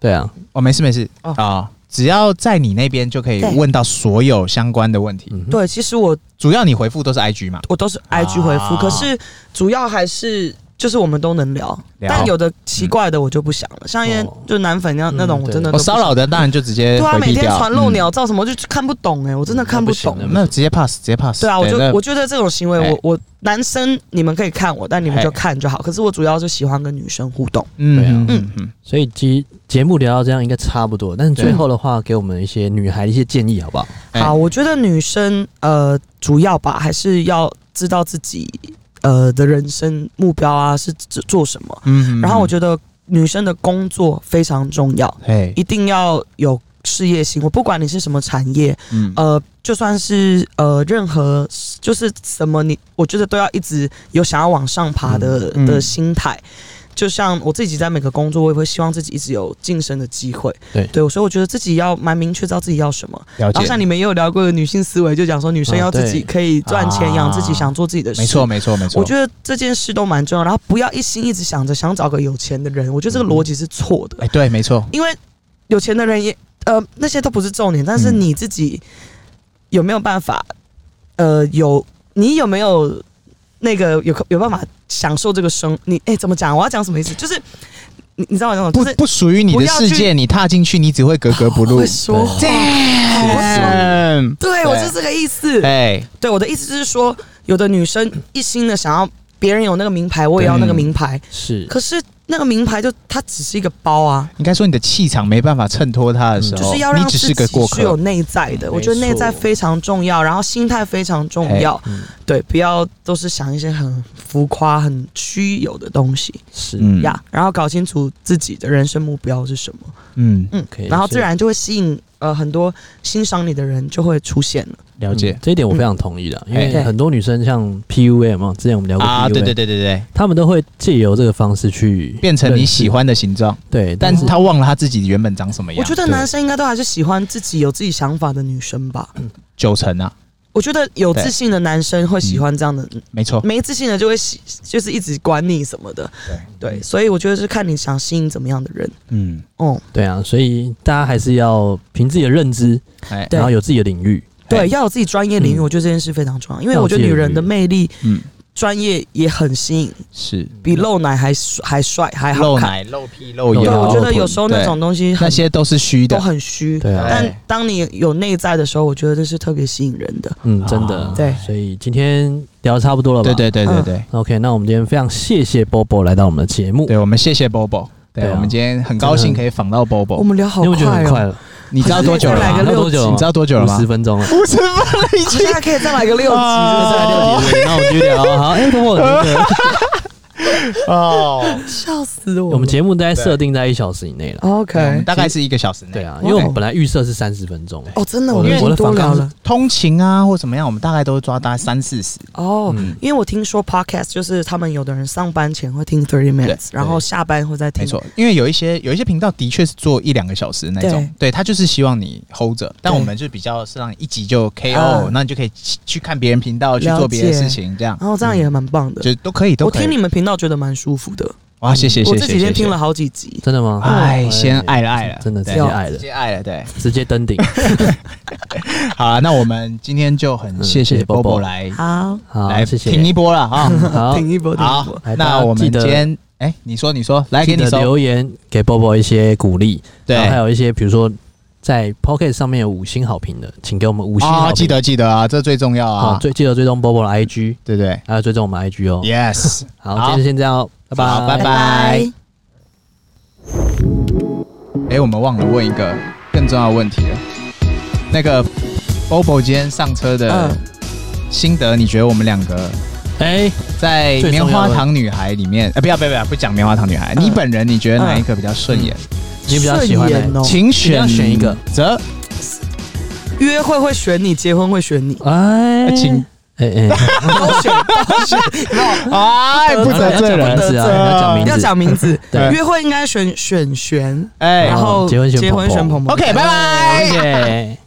A: 对啊，
B: 哦，没事没事
C: 哦
B: 啊，只要在你那边就可以
C: 对
B: 问到所有相关的问题，
A: 嗯哼，
C: 对，其实我
B: 主要你回复都是 IG 嘛，
C: 我都是 IG 回复，
B: 啊
C: 可是主要还是。就是我们都能聊，
B: 聊
C: 但有的奇怪的我就不想了，像一些
A: 哦
C: 就男粉那样那种，我真的
B: 嗯我
C: 都不想
B: 骚扰的当然就直接
C: 对啊，
B: 回
C: 每
B: 避
C: 天
B: 掉。
C: 传漏鸟照什么，我就看不懂哎、我真的看不懂。
A: 嗯
B: 嗯，那直接 pass，直接 pass。
C: 对啊，我就
B: 那
C: 我觉得这种行为，
B: 哎
C: 我我男生你们可以看我，但你们就看就好。可是我主要就喜欢跟女生互动。
B: 嗯
A: 对啊
B: 嗯嗯嗯，
A: 所以节节目聊到这样应该差不多，但是最后的话，给我们一些女孩的一些建议好不好？
B: 哎
C: 好，我觉得女生呃，主要吧，还是要知道自己呃的人生目标啊是做做什么。
B: 嗯
C: 然后我
B: 得，
C: 觉得女生的工作非常重要，
B: 哎，
C: 一定要有事业心。我不管你是什么产业，
B: 嗯
C: 呃，就算是呃，任何就是什么你，我觉得都要一直有想要往上爬的、
B: 嗯嗯
C: 的心态。就像我自己在每个工作，我也会希望自己一直有晋升的机会。
A: 对
C: 对，所以我觉得自己要蛮明确知道自己要什么。
B: 了
C: 然后
B: 解，
C: 像你们也有聊过的女性思维，就讲说女生
A: 啊
C: 要自
A: 对
C: 己可以赚钱养自己，
B: 啊
C: 想做自己的事。
B: 没错，没错没错，
C: 我觉得这件事都蛮重要。然后不要一心一直想着想找个有钱的人，我觉得这
B: 嗯
C: 个逻辑是错的。
B: 哎对，没错，
C: 因为有钱的人也呃那些都不是重点，但是
B: 嗯
C: 你自己有没有办法？呃，有你有没有那个有有办法享受这个生？你哎、怎么讲？我要讲什么意思？就是你你知道我那种，
B: 不
C: 就是
B: 不属于你
C: 不
B: 的
C: 要
B: 世
C: 去
B: 界，你踏进去你只会格格不
C: (laughs)
B: 入
C: 会。说话。
B: Damn
C: 对，我就是这个意思。
B: 哎，
C: 对，我的意思就是说，有的女生一心的想要别人有那个名牌，我也要那个名牌，
A: 是，
C: 可是那个名牌就它只是一个包啊。
B: 应该说你的气场没办法衬托他的时
A: 嗯
B: 候，
C: 就是要让
B: 哦你只
C: 自
B: 是
C: 己
B: 个过
C: 是有
B: 客。
C: 内在的，
A: 嗯
C: 我觉得
A: 没
C: 内在
A: 错
C: 非常重要，然后心态非常重要，
A: 嗯，
C: 对，不要都是想一些很浮夸、很虚有的东西
A: 是，
B: 嗯
C: 呀，然后搞清楚自己的人生目标是什么，
B: 嗯，
C: 嗯
A: OK，
C: 然后
A: 是
C: 自然就会吸引呃很多欣赏你的人就会出现了，
B: 了
A: 嗯
B: 解
A: 这一点我非常同意的，因
B: 哎
A: 为
C: 对
A: 很多女生像 PUA 嘛，之前我们聊过 PUA，
B: 啊，对对对对对，
A: 他们都会借由这个方式去
B: 变成你
A: 认识
B: 喜，欢的形状，
A: 对，但
B: 但
A: 是
B: 是他忘了他自己原本长什么
C: 我
B: 样
C: 觉，得
A: 对
C: 男生应该都还是喜欢自己有自己想法的女生吧，
B: 嗯九成啊，
C: 我觉得有
B: 对
C: 自信的男生会喜欢这样的，嗯
B: 没错，
C: 没自信的就会喜就是一直管你什么的，
B: 对
C: 对，，所以我觉得是看你想吸引怎么样的人，
B: 嗯，
C: 哦、
A: 对啊，所以大家还是要凭自己的认知，
B: 哎，
C: 对
A: 然后有自己的领域，
B: 哎
C: 对，要有自己专业领域，
A: 嗯
C: 我觉得这件事非常重要，因为
A: 要有
C: 我觉得
A: 自己
C: 女
A: 的
C: 人的
A: 领域
C: 魅力
B: 嗯，
C: 专业也很吸引，
B: 是
C: 比露奶还帅还帅还好
B: 露
C: 看。
B: 奶、露屁、露
A: 对
C: 对，
A: 有
C: 我觉得
A: 对
C: 有时候那种东西
B: 那
C: 很
B: 些都是虚
C: 都
B: 的，
C: 很虚，
A: 对啊
C: 但当你有内在的时候，我觉得这是特别吸引人的。
A: 嗯，真的。
C: 对
A: 所以今天聊得差不多了吧？
B: 对啊对对对
C: 嗯
B: 对。
A: OK，那我们今天非常谢谢 Bobo 来到我们的节目，
B: 对，我们谢谢 Bobo，对
A: 对啊
B: 我们今天很高兴可以访到
C: 我
B: Bobo。
C: 们聊好
A: 因为我觉得
C: 快
A: 很快
C: 哦，
A: 了，
B: 你知道多久了
C: 再
B: 吗
C: 来？个
A: 那
C: 六
A: 多久了吗？
B: 你知道多久了
A: 五
B: 吗
A: 十？分钟了，
B: 五十分了已
C: 现在可以再来个六集，
B: 啊
A: 再来六集，然后我们继续聊。好，哎，Bobo，那
B: (laughs)
A: 个
B: 哦，
C: 笑死我了！
A: 我们节目大概设定在一小时以内了。
B: 我们
C: OK，
B: 大概是一个小时内。
A: 对，啊，因为我们本来预设是三十分钟，
C: 哦，真的，
A: 我
C: 我们已
A: 我的
C: 经多
A: 反
C: 聊
A: 纲是
C: 了
B: 通勤啊或怎么样，我们大概都抓大概三四十。
C: 哦。
A: 嗯，
C: 因为我听说 podcast 就是他们有的人上班前会听 thirty
B: 对
C: minutes，然后下班会再听。
B: 没错，因为有一些有一些频道的确是做一两个小时那种，对他就是希望你 hold 着，但
C: 对
B: 我们就比较是让你一集就 KO，、
C: 啊
B: 那你就可以去去看别人频道去
C: 了
B: 做别的
C: 解
B: 事情，这
A: 嗯
B: 样
C: 哦然后这样也蛮棒的。
B: 就都可以，都
C: 我
B: 可以。
C: 听你们频道觉得蛮舒服的，
B: 哇，谢谢谢
C: 我
B: 谢，
C: 这几
B: 谢谢
C: 天听了，好几集。
A: 真的吗？
B: 哎，先爱了爱了，
A: 哦真的直
B: 对
A: 接
C: 要
A: 爱了
B: 直，接爱了，对。
A: 直接登顶。
B: 好啊，那我们今天就很谢
A: 嗯谢
B: 谢
A: 谢 Bobo
B: Bobo 来
C: 好，
A: 好，
B: 来
A: 谢谢。
B: 停一波了啊。
A: (laughs) 好，
C: 听一波，听一
B: 好
C: 波。，
A: 来大
B: 那
A: 家
B: 我们
A: 记
B: 今
A: 得
B: 天哎，你说你说，来
A: 记
B: 给你
A: 得
B: 收，
A: 留言给 Bobo 一些鼓励，
B: 对，
A: 然后还有一些比如说在 Pocket 上面有五星好评的，哦请给我们五星好
B: 啊，
A: 评。
B: 记得记得啊，这最重要
A: 好，
B: 啊，
A: 最记得追踪 Bobo 的 IG，
B: 对不对
A: 还有追踪我们 IG 哦。
B: ？Yes，
A: 好，今天就先这样哦，拜拜，
B: 好拜拜哎，我们忘了问一个更重要的问题了。那个 Bobo 今天上车的
C: 嗯
B: 心得，你觉得我们两个
A: 哎，
B: 在《
A: 最重
B: 棉
A: 要的
B: 花糖女孩》里面，哎，不要不要不要，不讲《棉花糖女孩》，
C: 嗯
B: 你本人你觉得哪一个比较顺眼？
A: 你比较喜欢哪
C: 顺眼哦哦
B: 请
A: 一嗯定要
B: 选
A: 选一个 (laughs)
B: 择，
C: 约会会选你，结婚会选你，
A: 哎，
B: 啊请
A: 哎哎，
B: (laughs)
C: 都选都选。
B: 哎，不
A: 要
B: 得
A: 讲
B: 罪
A: 名
B: 人，
A: 字啊，
B: 得罪
A: 要讲名字，
C: 要讲名字，
A: 对
C: 约会应该选选璇，
B: 哎
C: 然
A: 好
C: 后
A: 结婚选
C: 结婚
A: 鹏
C: 选
A: 鹏
C: 鹏鹏
B: ，OK，拜拜。
A: 谢谢。